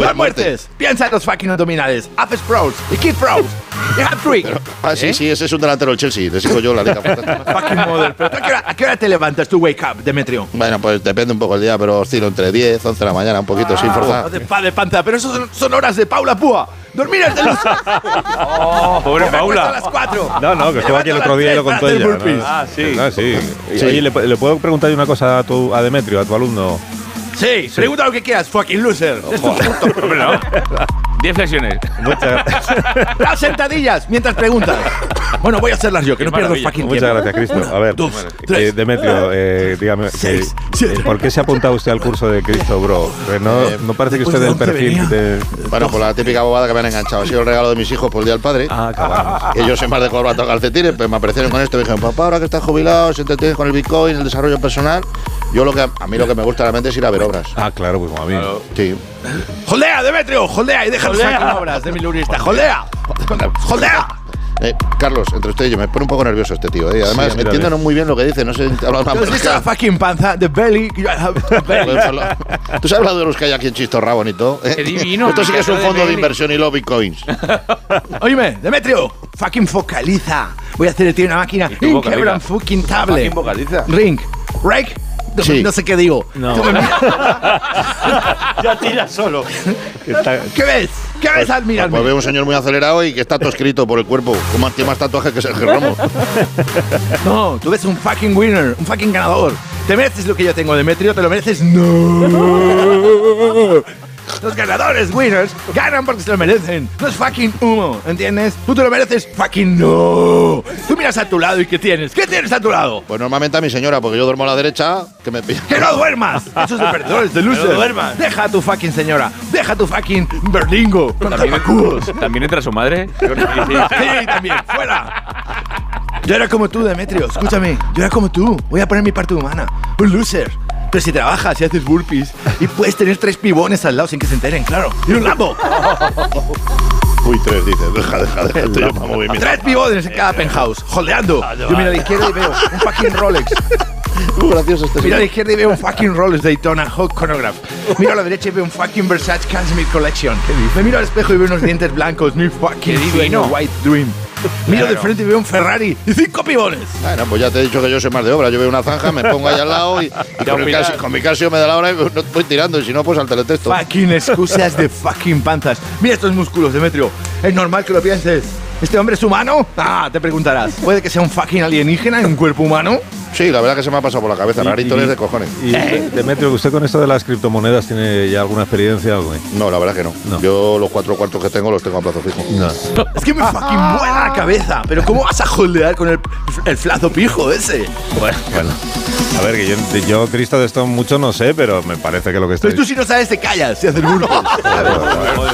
[SPEAKER 5] Las muertes. Piensa en los fucking abdominales. Haz sprouts y keep sprouts.
[SPEAKER 1] *laughs*
[SPEAKER 5] Y hat trick.
[SPEAKER 4] Ah,
[SPEAKER 8] ¿Eh?
[SPEAKER 4] sí, sí, ese es un delantero del Chelsea. Te sigo yo la liga. fantástica.
[SPEAKER 5] Fucking mother. ¿Pero tú a qué hora- a qué hora te levantas tú, wake up, Demetrio?
[SPEAKER 4] Bueno, pues depende un poco el día, pero oscilo entre 10, 11 de la mañana, un poquito, sin
[SPEAKER 5] No
[SPEAKER 4] forzar.
[SPEAKER 5] te pa- de panza, pero eso son, son horas de Paula Púa. Dormir es
[SPEAKER 1] *laughs*
[SPEAKER 5] de luz.
[SPEAKER 6] Pobre
[SPEAKER 5] A las
[SPEAKER 6] Paula.
[SPEAKER 5] 4.
[SPEAKER 1] Oh, No, no, que estuvo aquí el otro día y lo contó ella. ¿no?
[SPEAKER 6] Ah, sí.
[SPEAKER 1] Ah, sí.
[SPEAKER 4] Sí.
[SPEAKER 1] Oye, ¿le, pu- le puedo preguntar yo una cosa a, tu, a Demetrio, a tu alumno?
[SPEAKER 5] Sí, pregunta lo que quieras, fucking loser. Es tu punto.
[SPEAKER 6] Hombre, no. Diez flexiones.
[SPEAKER 5] *laughs*
[SPEAKER 1] Muchas gracias.
[SPEAKER 5] Las sentadillas mientras preguntas. Bueno, voy a hacerlas yo, que
[SPEAKER 6] Qué
[SPEAKER 5] no pierdo el
[SPEAKER 6] maravilla.
[SPEAKER 5] fucking
[SPEAKER 1] Muchas
[SPEAKER 5] tiempo.
[SPEAKER 1] gracias, Cristo. A ver,
[SPEAKER 5] Dos,
[SPEAKER 1] eh,
[SPEAKER 5] tres,
[SPEAKER 1] Demetrio, eh, dígame, que-
[SPEAKER 5] seis, siete. Eh,
[SPEAKER 1] eh, ¿por qué se ha apuntado usted al curso de Cristo, bro? Que No, no parece que
[SPEAKER 5] ¿de
[SPEAKER 1] usted dé el
[SPEAKER 5] dónde
[SPEAKER 1] perfil
[SPEAKER 5] venía?
[SPEAKER 1] de...
[SPEAKER 4] Bueno, por la típica bobada que me han enganchado. Ha sido el regalo de mis hijos por el día del padre.
[SPEAKER 1] Ah, cabrón.
[SPEAKER 4] Que yo soy más de corbata o calcetines, pues me aparecieron con esto. Me dijeron, papá, ahora que estás jubilado, si te tienes con el Bitcoin, el desarrollo personal. Yo lo que a mí lo que me gusta realmente es ir a ver obras.
[SPEAKER 1] Ah, claro, pues como a mí.
[SPEAKER 4] Sí.
[SPEAKER 5] Jolea, Demetrio, jolea y deja las fucking obras de mi lurista. Jolea. Jolea.
[SPEAKER 4] Eh, Carlos, entre usted y yo, me pone un poco nervioso este tío. eh. Además,
[SPEAKER 1] Sí, mira,
[SPEAKER 4] entiendo no muy bien lo que dice, no sé habla una
[SPEAKER 5] ¿Tú has visto
[SPEAKER 4] *laughs*
[SPEAKER 5] la
[SPEAKER 4] marca.
[SPEAKER 5] fucking panza? The belly. you have a belly.
[SPEAKER 4] Tú sabes la de los que hay aquí en Chistorra, bonito. eh?
[SPEAKER 6] Qué divino,
[SPEAKER 4] Esto sí que es un
[SPEAKER 6] Ricardo de
[SPEAKER 4] fondo de
[SPEAKER 6] Belli.
[SPEAKER 4] inversión y los bitcoins.
[SPEAKER 5] Oíme, Demetrio, fucking focaliza. Voy a hacer de ti una máquina
[SPEAKER 6] tú
[SPEAKER 5] increíble,
[SPEAKER 6] vocaliza.
[SPEAKER 5] fucking tablet.
[SPEAKER 8] Fucking vocaliza.
[SPEAKER 5] Ring. Rake. No,
[SPEAKER 4] Sí.
[SPEAKER 5] no sé qué digo. Tú me miras.
[SPEAKER 8] Ya tira solo.
[SPEAKER 1] Que está-
[SPEAKER 5] ¿Qué ves? ¿Qué ves al mirarme?
[SPEAKER 4] Pues veo un señor muy acelerado y que está todo escrito por el cuerpo. Como tiene más tatuajes que Sergio Ramos.
[SPEAKER 5] No, tú ves un fucking winner, un fucking ganador. Te mereces lo que yo tengo, Demetrio, te lo mereces. No. Los ganadores, winners, ganan porque se lo merecen. No es fucking humo, ¿entiendes? Tú te lo mereces, fucking no. Tú miras a tu lado y ¿qué tienes? ¿Qué tienes a tu lado?
[SPEAKER 4] Pues normalmente a mi señora, porque yo duermo a la derecha, que me pilla. *laughs*
[SPEAKER 5] ¡Que no duermas! Eso es de perdedores, de losers.
[SPEAKER 8] duermas.
[SPEAKER 5] Deja a tu fucking señora. Deja a tu fucking berlingo. Con tapacudos.
[SPEAKER 6] También entra su madre.
[SPEAKER 5] *laughs* Sí, también. ¡Fuera! Yo era como tú, Demetrio. Escúchame. Yo era como tú. Voy a poner mi parte humana. Un loser. Pero si trabajas y haces burpees y puedes tener tres pibones al lado sin que se enteren, claro. ¡Y un lambo!
[SPEAKER 4] Uy, tres, dice. Deja, deja, deja. Estoy yo para movimiento.
[SPEAKER 5] Tres pivotes en cada penthouse, holdeando. Yo miro a la izquierda y veo un fucking *laughs* Rolex.
[SPEAKER 4] Muy gracioso este
[SPEAKER 5] Miro a la
[SPEAKER 4] señor.
[SPEAKER 5] izquierda y veo un fucking Rolex Daytona Hot Chronograph. Miro a la derecha y veo un fucking Versace Casimir Collection. Me miro al espejo y veo unos dientes blancos, mi fucking
[SPEAKER 6] divino.
[SPEAKER 5] sueño, white dream. Miro de
[SPEAKER 6] Claro.
[SPEAKER 5] frente y veo un Ferrari y cinco pivones.
[SPEAKER 4] Bueno, pues ya te he dicho que yo soy más de obra. Yo veo una zanja, me pongo ahí al lado y, y
[SPEAKER 6] Ya
[SPEAKER 4] con, mi
[SPEAKER 6] opinas.
[SPEAKER 4] casio, con mi Casio me da la hora y no voy tirando. Y si no, pues al teletexto.
[SPEAKER 5] Fucking excusas de fucking panzas. Mira estos músculos, Demetrio. Es normal que lo pienses. ¿Este hombre es humano? Ah, te preguntarás. ¿Puede que sea un fucking alienígena en un cuerpo humano?
[SPEAKER 4] Sí, la verdad que se me ha pasado por la cabeza. Naritones de cojones.
[SPEAKER 1] Y Demetrio, que usted con esto de las criptomonedas tiene ya alguna experiencia, güey.
[SPEAKER 4] No, la verdad que no.
[SPEAKER 1] No.
[SPEAKER 4] Yo los cuatro cuartos que tengo los tengo a plazo fijo.
[SPEAKER 5] Es que me fucking vuela la cabeza. Pero ¿cómo vas a holdear con el, el flazo pijo ese?
[SPEAKER 1] Bueno, a ver, que yo, yo Cristo de esto mucho no sé, pero me parece que lo que estoy...
[SPEAKER 5] Entonces Pues tú si no sabes te callas y haces burro.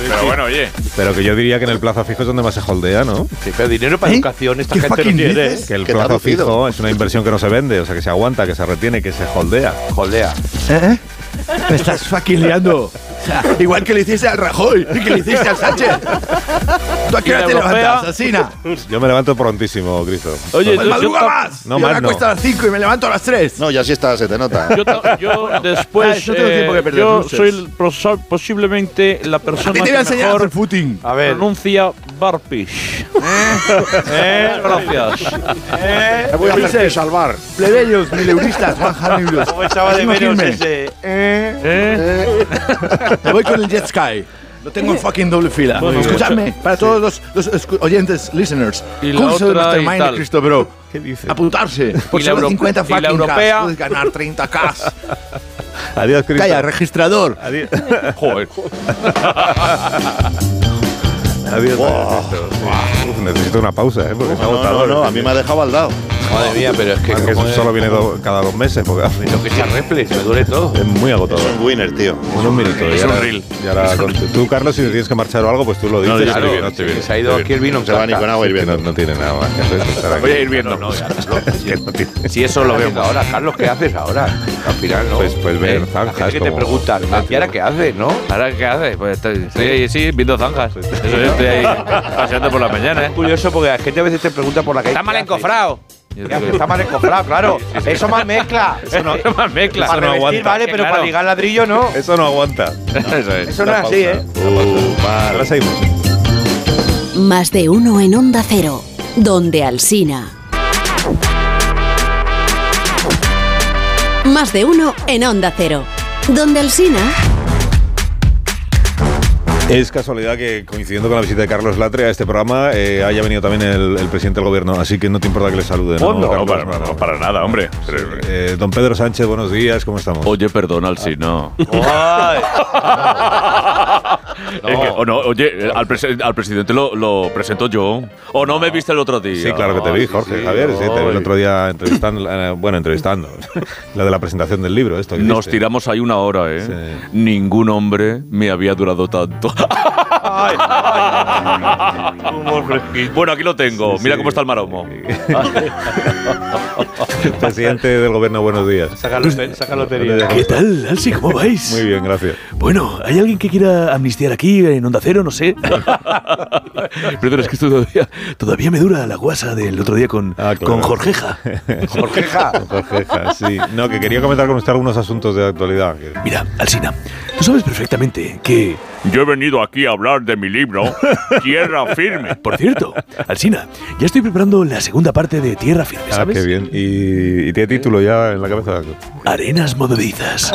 [SPEAKER 6] Pero bueno, oye.
[SPEAKER 1] Pero que yo diría que en el plazo fijo es donde más se holdea, ¿no?
[SPEAKER 8] Sí, pero dinero para
[SPEAKER 5] ¿Eh?
[SPEAKER 8] educación esta
[SPEAKER 5] ¿Qué
[SPEAKER 8] gente no
[SPEAKER 5] fucking
[SPEAKER 8] tiene.
[SPEAKER 5] dices?
[SPEAKER 1] Que el
[SPEAKER 4] Qué
[SPEAKER 1] plazo
[SPEAKER 4] traducido.
[SPEAKER 1] fijo es una inversión que no se vende, o sea, que se aguanta, que se retiene, que se holdea.
[SPEAKER 8] Jolea.
[SPEAKER 5] ¿Eh? Me estás fucking liando. O sea, igual que le hiciste al Rajoy y que le hiciste al Sánchez. ¿Tú a qué
[SPEAKER 6] ¿Y
[SPEAKER 5] hora
[SPEAKER 6] la
[SPEAKER 5] te
[SPEAKER 6] europea?
[SPEAKER 5] levantas, asesina?
[SPEAKER 1] Yo me levanto prontísimo, Cristo.
[SPEAKER 6] Oye,
[SPEAKER 5] Pues madruga más.
[SPEAKER 1] No,
[SPEAKER 5] yo
[SPEAKER 1] más
[SPEAKER 5] me
[SPEAKER 1] no.
[SPEAKER 5] acuesto a las 5 y me levanto a las 3.
[SPEAKER 4] No, ya sí está, se te nota.
[SPEAKER 6] Yo, ta- yo
[SPEAKER 5] Ah,
[SPEAKER 6] después. eh,
[SPEAKER 5] yo tengo tiempo que perder,
[SPEAKER 6] yo
[SPEAKER 5] luces.
[SPEAKER 6] soy el proso- posiblemente la
[SPEAKER 5] A
[SPEAKER 6] persona
[SPEAKER 5] ti te voy a
[SPEAKER 6] que
[SPEAKER 5] enseñar a hacer
[SPEAKER 6] mejor
[SPEAKER 5] footing.
[SPEAKER 8] A ver.
[SPEAKER 6] pronuncia
[SPEAKER 8] *laughs*
[SPEAKER 6] barpish. ¿Eh? Gracias.
[SPEAKER 8] ¿Eh?
[SPEAKER 4] voy a hacer que salvar.
[SPEAKER 5] Plebeyos, mileuristas, bajan euros.
[SPEAKER 8] ¿Cómo echaba de
[SPEAKER 5] Hazme
[SPEAKER 8] menos
[SPEAKER 5] firme.
[SPEAKER 8] ese? ¿Eh?
[SPEAKER 6] ¿Eh?
[SPEAKER 5] Me voy con el jet sky. Lo tengo en fucking doble fila.
[SPEAKER 6] Bueno,
[SPEAKER 5] Escuchadme, para todos los- los, escu- oyentes, listeners.
[SPEAKER 6] Y la
[SPEAKER 5] curso de
[SPEAKER 6] otra y
[SPEAKER 5] Mastermind de
[SPEAKER 6] tal.
[SPEAKER 5] Cristo Bro.
[SPEAKER 1] ¿Qué dices?
[SPEAKER 5] Apuntarse. Por
[SPEAKER 6] Y la
[SPEAKER 5] solo
[SPEAKER 6] euro-
[SPEAKER 5] 50
[SPEAKER 6] y la
[SPEAKER 5] fucking cas.
[SPEAKER 6] europea.
[SPEAKER 5] Puedes ganar 30 k
[SPEAKER 6] *laughs*
[SPEAKER 1] Adiós, Cristo.
[SPEAKER 5] Calla, registrador.
[SPEAKER 1] Adiós. *laughs*
[SPEAKER 6] Joder.
[SPEAKER 1] Adiós, Cristo. Sí. Uf, necesito una pausa, ¿eh? Porque está
[SPEAKER 4] No, no,
[SPEAKER 1] agotador.
[SPEAKER 4] no, a mí me ha dejado al lado.
[SPEAKER 8] Madre mía, pero es que.
[SPEAKER 1] Además que
[SPEAKER 8] como
[SPEAKER 1] eso solo viene do- cada dos meses, porque a mí
[SPEAKER 8] Lo que se arreple, me duele todo.
[SPEAKER 1] es muy
[SPEAKER 4] Es
[SPEAKER 1] agotador.
[SPEAKER 4] un winner, tío.
[SPEAKER 1] Es un minuto.
[SPEAKER 6] Es
[SPEAKER 1] y ahora-
[SPEAKER 6] un reel.
[SPEAKER 1] y ahora con- tú, Carlos, si te tienes que marchar o algo, pues tú lo dices.
[SPEAKER 4] yo estoy
[SPEAKER 1] Claro,
[SPEAKER 4] bien,
[SPEAKER 1] no,
[SPEAKER 8] Se se ha ido aquí el vino.
[SPEAKER 4] Se va ni con agua
[SPEAKER 1] Que
[SPEAKER 4] hirviendo.
[SPEAKER 1] no, no tiene nada más que hacer. que estar aquí.
[SPEAKER 6] Voy a ir viendo.
[SPEAKER 1] Que no tiene-
[SPEAKER 6] Si eso
[SPEAKER 8] Lo
[SPEAKER 6] lo
[SPEAKER 8] vemos
[SPEAKER 6] vemos.
[SPEAKER 8] ahora, Carlos, ¿qué haces ahora? Al final, ¿no?
[SPEAKER 1] Pues- pues ver
[SPEAKER 8] la gente
[SPEAKER 1] zanjas
[SPEAKER 8] que te
[SPEAKER 1] como-
[SPEAKER 8] preguntan, "Ah, ¿y ahora qué haces, no?
[SPEAKER 6] ¿Ahora qué haces? Pues estoy, estoy ahí, sí, viendo zanjas. Eso yo estoy ahí paseando por la mañana, ¿eh?
[SPEAKER 8] Es curioso porque la gente a veces te pregunta por la calle.
[SPEAKER 6] Está
[SPEAKER 8] "¿Qué
[SPEAKER 6] mal
[SPEAKER 8] haces?".
[SPEAKER 6] encofrado. Yo
[SPEAKER 8] ¿Qué haces?
[SPEAKER 6] digo,
[SPEAKER 8] Está mal encofrado, claro. Eso más mezcla.
[SPEAKER 6] *laughs*
[SPEAKER 8] Eh,
[SPEAKER 6] Eso no, eso más mezcla.
[SPEAKER 8] Para
[SPEAKER 6] Eso no
[SPEAKER 8] revestir,
[SPEAKER 6] aguanta.
[SPEAKER 8] vale, pero
[SPEAKER 6] Claro.
[SPEAKER 8] para ligar ladrillo no.
[SPEAKER 1] Eso no aguanta.
[SPEAKER 6] *laughs* Eso es.
[SPEAKER 8] Eso no es
[SPEAKER 1] Una
[SPEAKER 8] así, ¿eh?
[SPEAKER 1] pausa.
[SPEAKER 4] Uh,
[SPEAKER 1] Ahora
[SPEAKER 4] mal.
[SPEAKER 1] seguimos.
[SPEAKER 10] Más de uno en Onda Cero, donde Alsina. Más de uno en Onda Cero, donde Alsina.
[SPEAKER 1] Es casualidad que coincidiendo con la visita de Carlos Latre a este programa eh, haya venido también el, el presidente del gobierno, así que no te importa que le salude, ¿no?
[SPEAKER 6] Oh, no,
[SPEAKER 1] Carlos?
[SPEAKER 6] para,
[SPEAKER 1] No, no.
[SPEAKER 6] no, para nada, hombre.
[SPEAKER 1] Eh, don Pedro Sánchez, buenos días, ¿cómo estamos?
[SPEAKER 6] Oye, perdona al si no.
[SPEAKER 8] Ay.
[SPEAKER 6] *laughs* Es que- o no, oye, eh, al, presi- al presidente lo, lo presento yo. ¿O no me viste el otro día?
[SPEAKER 1] Sí, claro que te vi, Jorge, Javier, sí, te vi el otro día entrevistando, eh, bueno, entrevistando, *laughs* la de la presentación del libro, esto que
[SPEAKER 6] Nos
[SPEAKER 1] hiciste.
[SPEAKER 6] tiramos ahí una hora, ¿eh?
[SPEAKER 1] Sí.
[SPEAKER 6] Ningún hombre me había durado tanto. *laughs* bueno, aquí lo tengo.
[SPEAKER 1] Sí,
[SPEAKER 6] Mira
[SPEAKER 1] sí.
[SPEAKER 6] cómo está el maromo.
[SPEAKER 1] *laughs* Presidente del gobierno, buenos días.
[SPEAKER 8] Saca lote- saca lotería.
[SPEAKER 11] ¿Qué tal, Alsi? ¿Cómo vais?
[SPEAKER 1] Muy bien, gracias.
[SPEAKER 11] Bueno, ¿hay alguien que quiera amnistiar aquí en Onda Cero? No
[SPEAKER 6] *laughs*
[SPEAKER 11] sé.
[SPEAKER 6] Pero es que esto todavía.
[SPEAKER 11] Todavía me dura la guasa del otro día con,
[SPEAKER 1] Ah, claro.
[SPEAKER 11] con Jorgeja.
[SPEAKER 8] Jorgeja.
[SPEAKER 1] Jorgeja, sí. No, que quería comentar con usted algunos asuntos de actualidad. que- Ah,
[SPEAKER 11] Mira, Alsina, tú sabes perfectamente que...
[SPEAKER 6] Yo he venido aquí a hablar de mi libro, Tierra
[SPEAKER 11] *laughs*
[SPEAKER 6] Firme.
[SPEAKER 11] Por cierto, Alsina, ya estoy preparando la segunda parte de Tierra Firme,
[SPEAKER 1] Ah,
[SPEAKER 11] ¿sabes?
[SPEAKER 1] qué bien. ¿Y, y tiene título ya en la cabeza? Ah,
[SPEAKER 11] Arenas movedizas.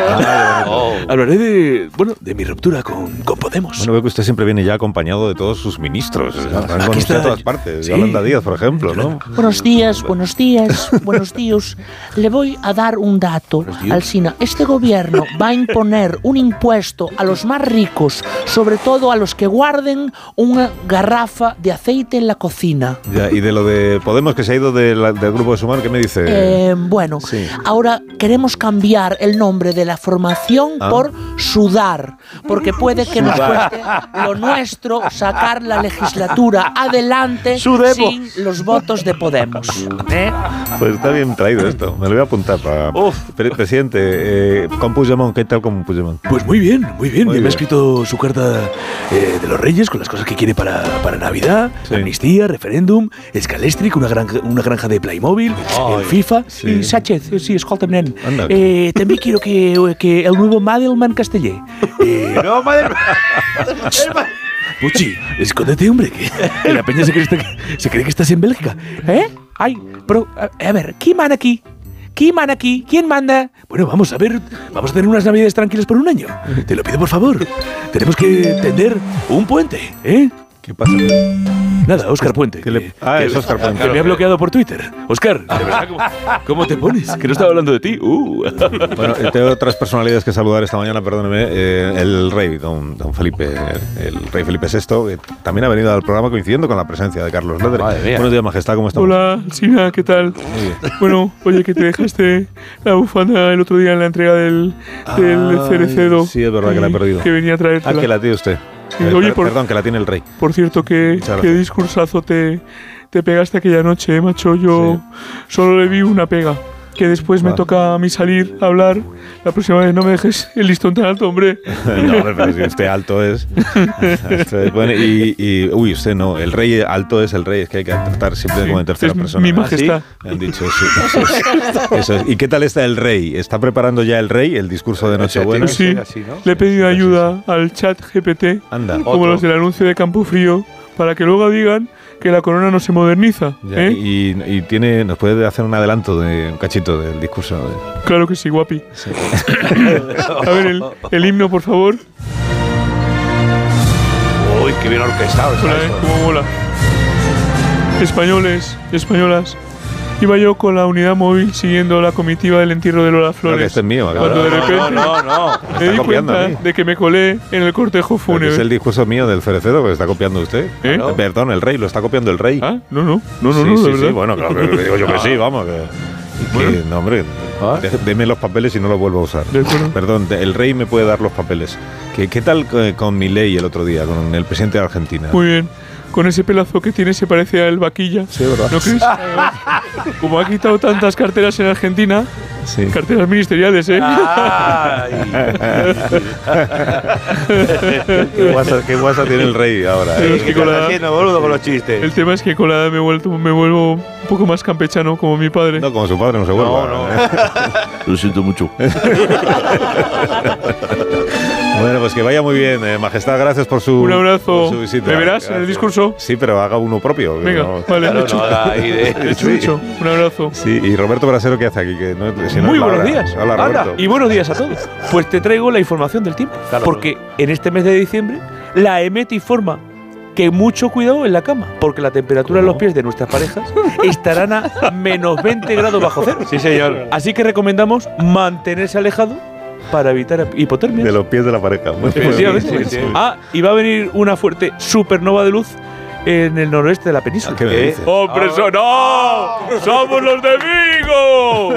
[SPEAKER 6] Oh.
[SPEAKER 11] Hablaré ¿eh? de, bueno, de mi ruptura con, con Podemos.
[SPEAKER 1] Bueno, veo que usted siempre viene ya acompañado de todos sus ministros. Están
[SPEAKER 11] Aquí
[SPEAKER 1] con usted
[SPEAKER 11] está-
[SPEAKER 1] a todas partes.
[SPEAKER 11] Sí.
[SPEAKER 1] Yolanda Díaz, por ejemplo, ¿no?
[SPEAKER 7] Buenos días, buenos días, buenos días. Le voy a dar un dato, Alsina. Este gobierno va a imponer un impuesto a los más ricos, sobre todo a los que guarden una garrafa de aceite en la cocina.
[SPEAKER 1] Ya, y de lo de Podemos que se ha ido de la- del grupo de Sumar, ¿qué me dice?
[SPEAKER 7] Eh, bueno,
[SPEAKER 1] sí.
[SPEAKER 7] ahora queremos cambiar el nombre de la formación
[SPEAKER 1] Ah.
[SPEAKER 7] por sudar, porque puede que nos cueste lo nuestro sacar la legislatura adelante sin los votos de Podemos. ¿eh?
[SPEAKER 1] Pues está bien traído esto. Me lo voy a apuntar para. Pre- presidente, eh, con Puigdemont, ¿qué tal con Puigdemont?
[SPEAKER 11] Pues muy bien, muy bien.
[SPEAKER 1] Muy
[SPEAKER 11] Me
[SPEAKER 1] bien.
[SPEAKER 11] ha escrito su carta eh, de los Reyes con las cosas que quiere para, para Navidad, amnistía, referéndum, Scalestric, una, granja- una granja de Playmobil, el FIFA.
[SPEAKER 7] Eh,
[SPEAKER 11] Y se ha-
[SPEAKER 7] Sánchez, eh, sí, escolta'm, nen.
[SPEAKER 11] Anda.
[SPEAKER 7] Eh, també quiero que, que el nuevo Madelman
[SPEAKER 1] *laughs*
[SPEAKER 7] casteller. Eh,
[SPEAKER 11] no, madre Puchi, escóndete, hombre, que, que la peña se cree, que- se cree que estás en Bélgica.
[SPEAKER 7] ¿Eh? Ay, pero, a, a ver, ¿quién manda aquí? ¿Quién manda aquí? ¿Quién manda?
[SPEAKER 11] Bueno, vamos a ver, vamos a tener unas navidades tranquilas por un año. Te lo pido por favor. Tenemos que tender un puente, ¿eh?
[SPEAKER 1] ¿Qué pasa?
[SPEAKER 11] Nada, Oscar Puente.
[SPEAKER 1] Ah,
[SPEAKER 11] que-
[SPEAKER 1] es Óscar Puente.
[SPEAKER 11] Que me ha bloqueado por Twitter. Oscar, de verdad, ¿cómo, cómo te pones? Que no estaba hablando de ti. Uh.
[SPEAKER 1] Bueno, eh, tengo otras personalidades que saludar esta mañana, perdóneme. Eh, el rey, don, don Felipe, eh, el rey Felipe VI, que también ha venido al programa coincidiendo con la presencia de Carlos Leder.
[SPEAKER 11] Madre mía.
[SPEAKER 1] Buenos días, majestad, ¿cómo estamos?
[SPEAKER 12] Hola, Sina, ¿qué tal? Bueno, oye, que te dejaste la bufanda el otro día en la entrega del, del
[SPEAKER 11] Ah,
[SPEAKER 1] Ay,
[SPEAKER 12] cerecedo.
[SPEAKER 1] Sí, es verdad que la he
[SPEAKER 12] eh,
[SPEAKER 1] perdido.
[SPEAKER 12] Que venía a traértela.
[SPEAKER 1] Ah, que la tiene usted.
[SPEAKER 12] Sí,
[SPEAKER 1] Eh,
[SPEAKER 12] oye,
[SPEAKER 1] per-
[SPEAKER 12] por-
[SPEAKER 1] Perdón, que la tiene el rey. *laughs*
[SPEAKER 12] Por cierto, qué,
[SPEAKER 1] Muchas
[SPEAKER 12] qué
[SPEAKER 1] gracias.
[SPEAKER 12] discursazo te, te pegaste aquella noche, eh, macho. Yo solo le vi una pega. Que después me
[SPEAKER 1] Va.
[SPEAKER 12] toca a mí salir a hablar. La próxima vez no me dejes el listón tan alto, hombre.
[SPEAKER 1] no, hombre, pero si usted
[SPEAKER 12] *laughs*
[SPEAKER 1] alto es. Usted es bueno, y, y- uy, usted no. El rey alto es el rey, es que hay que tratar siempre
[SPEAKER 12] Sí,
[SPEAKER 1] como en tercera
[SPEAKER 12] es mi
[SPEAKER 1] persona.
[SPEAKER 12] majestad.
[SPEAKER 1] ¿Ah, sí? Me han dicho, sí. Eso es, eso es. ¿Y qué tal está el rey? ¿Está preparando ya el rey el discurso
[SPEAKER 11] Eh,
[SPEAKER 1] de Nochebuena?
[SPEAKER 12] Sí, le he pedido ayuda al chat GPT,
[SPEAKER 1] Anda.
[SPEAKER 12] como
[SPEAKER 1] Otro.
[SPEAKER 12] los del anuncio de Campo Frío, para que luego digan que la corona no se moderniza.
[SPEAKER 1] Ya,
[SPEAKER 12] ¿eh?
[SPEAKER 1] y, y tiene, nos puede hacer un adelanto de un cachito del discurso. eh. de-
[SPEAKER 12] Claro que sí, guapi. *laughs* A ver, el, el himno, por favor.
[SPEAKER 3] Uy, qué bien orquestado está
[SPEAKER 12] Hola, ¿eh?
[SPEAKER 3] esto.
[SPEAKER 12] ¿Cómo mola? Españoles, españolas. Iba yo con la unidad móvil siguiendo la comitiva del entierro de Lola
[SPEAKER 1] Creo que
[SPEAKER 12] Flores.
[SPEAKER 1] este es mío.
[SPEAKER 12] Cuando
[SPEAKER 1] claro.
[SPEAKER 12] de repente
[SPEAKER 3] No, no, no.
[SPEAKER 12] me di
[SPEAKER 1] está copiando
[SPEAKER 12] cuenta ¿eh?
[SPEAKER 1] a mí.
[SPEAKER 12] de que me colé en el cortejo
[SPEAKER 1] Porque
[SPEAKER 12] fúnebre.
[SPEAKER 1] Es el discurso mío del cerecedo que está copiando usted. Eh, Perdón, el rey, lo está copiando el rey. Ah,
[SPEAKER 12] no, no, no, no, no,
[SPEAKER 1] sí,
[SPEAKER 12] de
[SPEAKER 1] sí, sí,
[SPEAKER 12] verdad. Ah.
[SPEAKER 1] bueno, claro que le digo yo que sí, vamos. Que, que- no, hombre, de- deme los papeles y no los vuelvo a usar. Perdón, de- el rey me puede dar los papeles. ¿Qué, qué tal eh, con mi ley el otro día, con el presidente de Argentina?
[SPEAKER 12] Muy bien. Con ese pelazo que tiene se parece al vaquilla. Sí,
[SPEAKER 1] ¿verdad?
[SPEAKER 12] ¿No
[SPEAKER 1] *laughs*
[SPEAKER 12] crees? Además, Como ha quitado tantas carteras en Argentina,
[SPEAKER 1] Sí. Ah.
[SPEAKER 12] carteras ministeriales, ¿eh?
[SPEAKER 1] ¿Qué, guasa, qué guasa tiene el rey ahora?
[SPEAKER 12] Pero
[SPEAKER 1] eh.
[SPEAKER 12] es que con la edad- *laughs* El tema es que con la edad me, he vuelto- me vuelvo un poco más campechano como mi padre.
[SPEAKER 1] No, como su padre no se vuelva.
[SPEAKER 11] Lo siento *laughs* mucho.
[SPEAKER 1] *laughs* Bueno, pues que vaya muy bien, eh, Majestad. Gracias por su,
[SPEAKER 12] Un abrazo.
[SPEAKER 1] por su visita.
[SPEAKER 12] ¿Me verás en el discurso?
[SPEAKER 1] Sí, pero haga uno propio. que
[SPEAKER 12] Venga,
[SPEAKER 1] no-
[SPEAKER 12] vale, hecho. Hecho,
[SPEAKER 1] *laughs* Sí.
[SPEAKER 12] hecho. Un abrazo.
[SPEAKER 1] Sí, y Roberto Brasero, ¿qué hace aquí? Que no- si no
[SPEAKER 8] Muy
[SPEAKER 1] es la
[SPEAKER 8] buenos
[SPEAKER 1] hora.
[SPEAKER 8] días.
[SPEAKER 1] Hola,
[SPEAKER 8] Ana,
[SPEAKER 1] Roberto.
[SPEAKER 8] y buenos días a todos. Pues te traigo la información del tiempo. porque en este mes de diciembre, la EMET informa que mucho cuidado en la cama, porque la temperatura en los pies de nuestras parejas estarán a menos 20 grados bajo cero. Sí, señor. Así que recomendamos mantenerse alejado para evitar hipotermia.
[SPEAKER 1] De los pies de la pareja. Muy
[SPEAKER 8] Efectivamente.
[SPEAKER 1] bien. Sí, sí.
[SPEAKER 8] Ah, y va a venir una fuerte supernova de luz en el noroeste de la península.
[SPEAKER 1] Ah, ¿qué me
[SPEAKER 8] ¿Eh?
[SPEAKER 6] Oh,
[SPEAKER 1] dices?
[SPEAKER 8] ¡Hombre, eso no! ¡Somos los de *laughs* Vigo!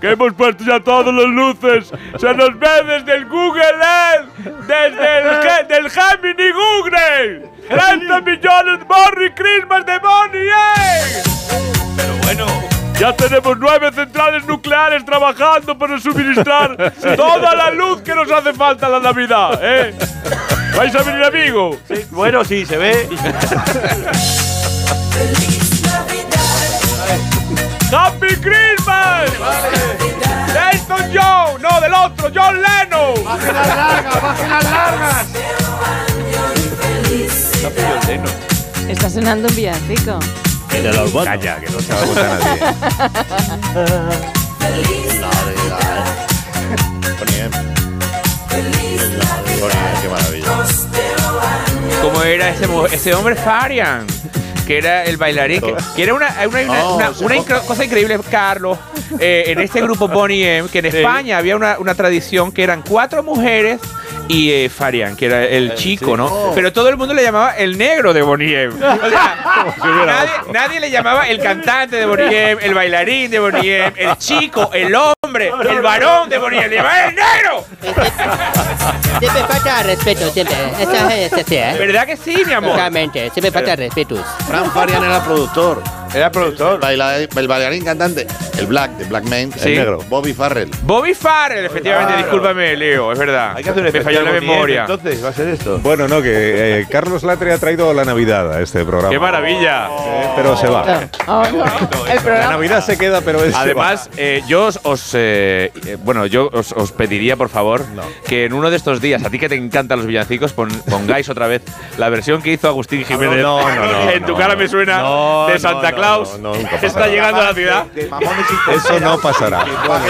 [SPEAKER 8] ¡Que hemos puesto ya todas las luces! ¡Se nos ve desde el Google Earth! *laughs* ¡Desde el Ge- del Gemini Google! ¡30 millones Merry Christmas de Bonnie! Pero bueno... Ya tenemos nueve centrales nucleares trabajando para *laughs* suministrar toda la luz que nos hace falta en la Navidad, ¿eh? ¿Vais a venir, amigo? bueno, sí, se ve. ¡Happy Christmas! ¡Elton John! ¡No, del otro! ¡John Lennon! ¡Baje las largas! ¡Baje las largas!
[SPEAKER 2] Está sonando un villancico.
[SPEAKER 1] Calla, que no se va a gustar a nadie.
[SPEAKER 4] Qué maravilla.
[SPEAKER 6] ¿Cómo era ese, mo- ese hombre Farian? Que era el bailarín. Que, que era una, una- una-
[SPEAKER 4] Oh,
[SPEAKER 6] una-
[SPEAKER 4] se
[SPEAKER 6] una
[SPEAKER 4] toca.
[SPEAKER 6] incro- cosa increíble, Carlos. eh, en este grupo Bonnie M, que en España había una, una tradición que eran cuatro mujeres y eh, Farian, que era el chico, ¿no?
[SPEAKER 8] Oh.
[SPEAKER 6] Pero todo el mundo le llamaba el negro de Bonnie M. O sea, nadie, nadie le llamaba el cantante de Bonnie M, el bailarín de Bonnie M, el chico, el hombre, el varón de Bonnie M. Le llamaban el negro.
[SPEAKER 13] Siempre falta respeto, siempre. Esa es así, ¿eh?
[SPEAKER 6] ¿Verdad que sí, mi amor?
[SPEAKER 13] Exactamente, siempre falta respeto.
[SPEAKER 4] Fran Farian era productor.
[SPEAKER 6] Era productor.
[SPEAKER 4] Baila- el bailarín cantante. El Black, de Black Main,
[SPEAKER 6] Sí.
[SPEAKER 4] el negro. Bobby Farrell.
[SPEAKER 6] Bobby Farrell, efectivamente,
[SPEAKER 4] Claro.
[SPEAKER 6] discúlpame, Leo, es verdad.
[SPEAKER 4] Hay que hacer un
[SPEAKER 1] Pues
[SPEAKER 6] Me falló la
[SPEAKER 4] especial Gourmet,
[SPEAKER 6] memoria.
[SPEAKER 4] entonces,
[SPEAKER 6] va a ser esto.
[SPEAKER 1] Bueno, no, que eh, Carlos Latre ha traído la Navidad a este programa. Eh,
[SPEAKER 6] ¡Qué maravilla!
[SPEAKER 1] Pero se va. La Navidad se queda, pero él se
[SPEAKER 6] Además, eh, yo os, os, eh, eh, bueno, yo os, os pediría, por favor, que en uno de estos días, a ti que te encantan los villancicos, pon- pongáis otra vez la versión que hizo Agustín Jiménez.
[SPEAKER 1] No, no, no,
[SPEAKER 6] en tu
[SPEAKER 1] no,
[SPEAKER 6] cara
[SPEAKER 1] no.
[SPEAKER 6] me suena
[SPEAKER 1] No,
[SPEAKER 6] de
[SPEAKER 1] no,
[SPEAKER 6] Santa
[SPEAKER 1] no,
[SPEAKER 6] Claus.
[SPEAKER 1] no, no, nunca
[SPEAKER 6] Está
[SPEAKER 1] pasará.
[SPEAKER 6] llegando a la ciudad.
[SPEAKER 1] va. Eso no pasará. *laughs* Bueno,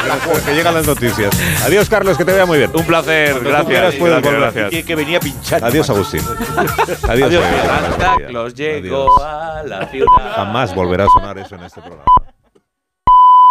[SPEAKER 1] que llegan las noticias. Adiós, Carlos, que te vea muy bien.
[SPEAKER 6] Un placer,
[SPEAKER 1] Cuando tú
[SPEAKER 6] gracias,
[SPEAKER 1] quieras, puedes
[SPEAKER 6] gracias,
[SPEAKER 1] volver.
[SPEAKER 6] gracias. Que- que venía pinchando,
[SPEAKER 1] Adiós,
[SPEAKER 6] macho.
[SPEAKER 1] Agustín. Adiós,
[SPEAKER 6] Adiós,
[SPEAKER 1] Javier.
[SPEAKER 6] Santa Claus llegó a la ciudad.
[SPEAKER 1] Jamás volverá a sonar eso en este programa.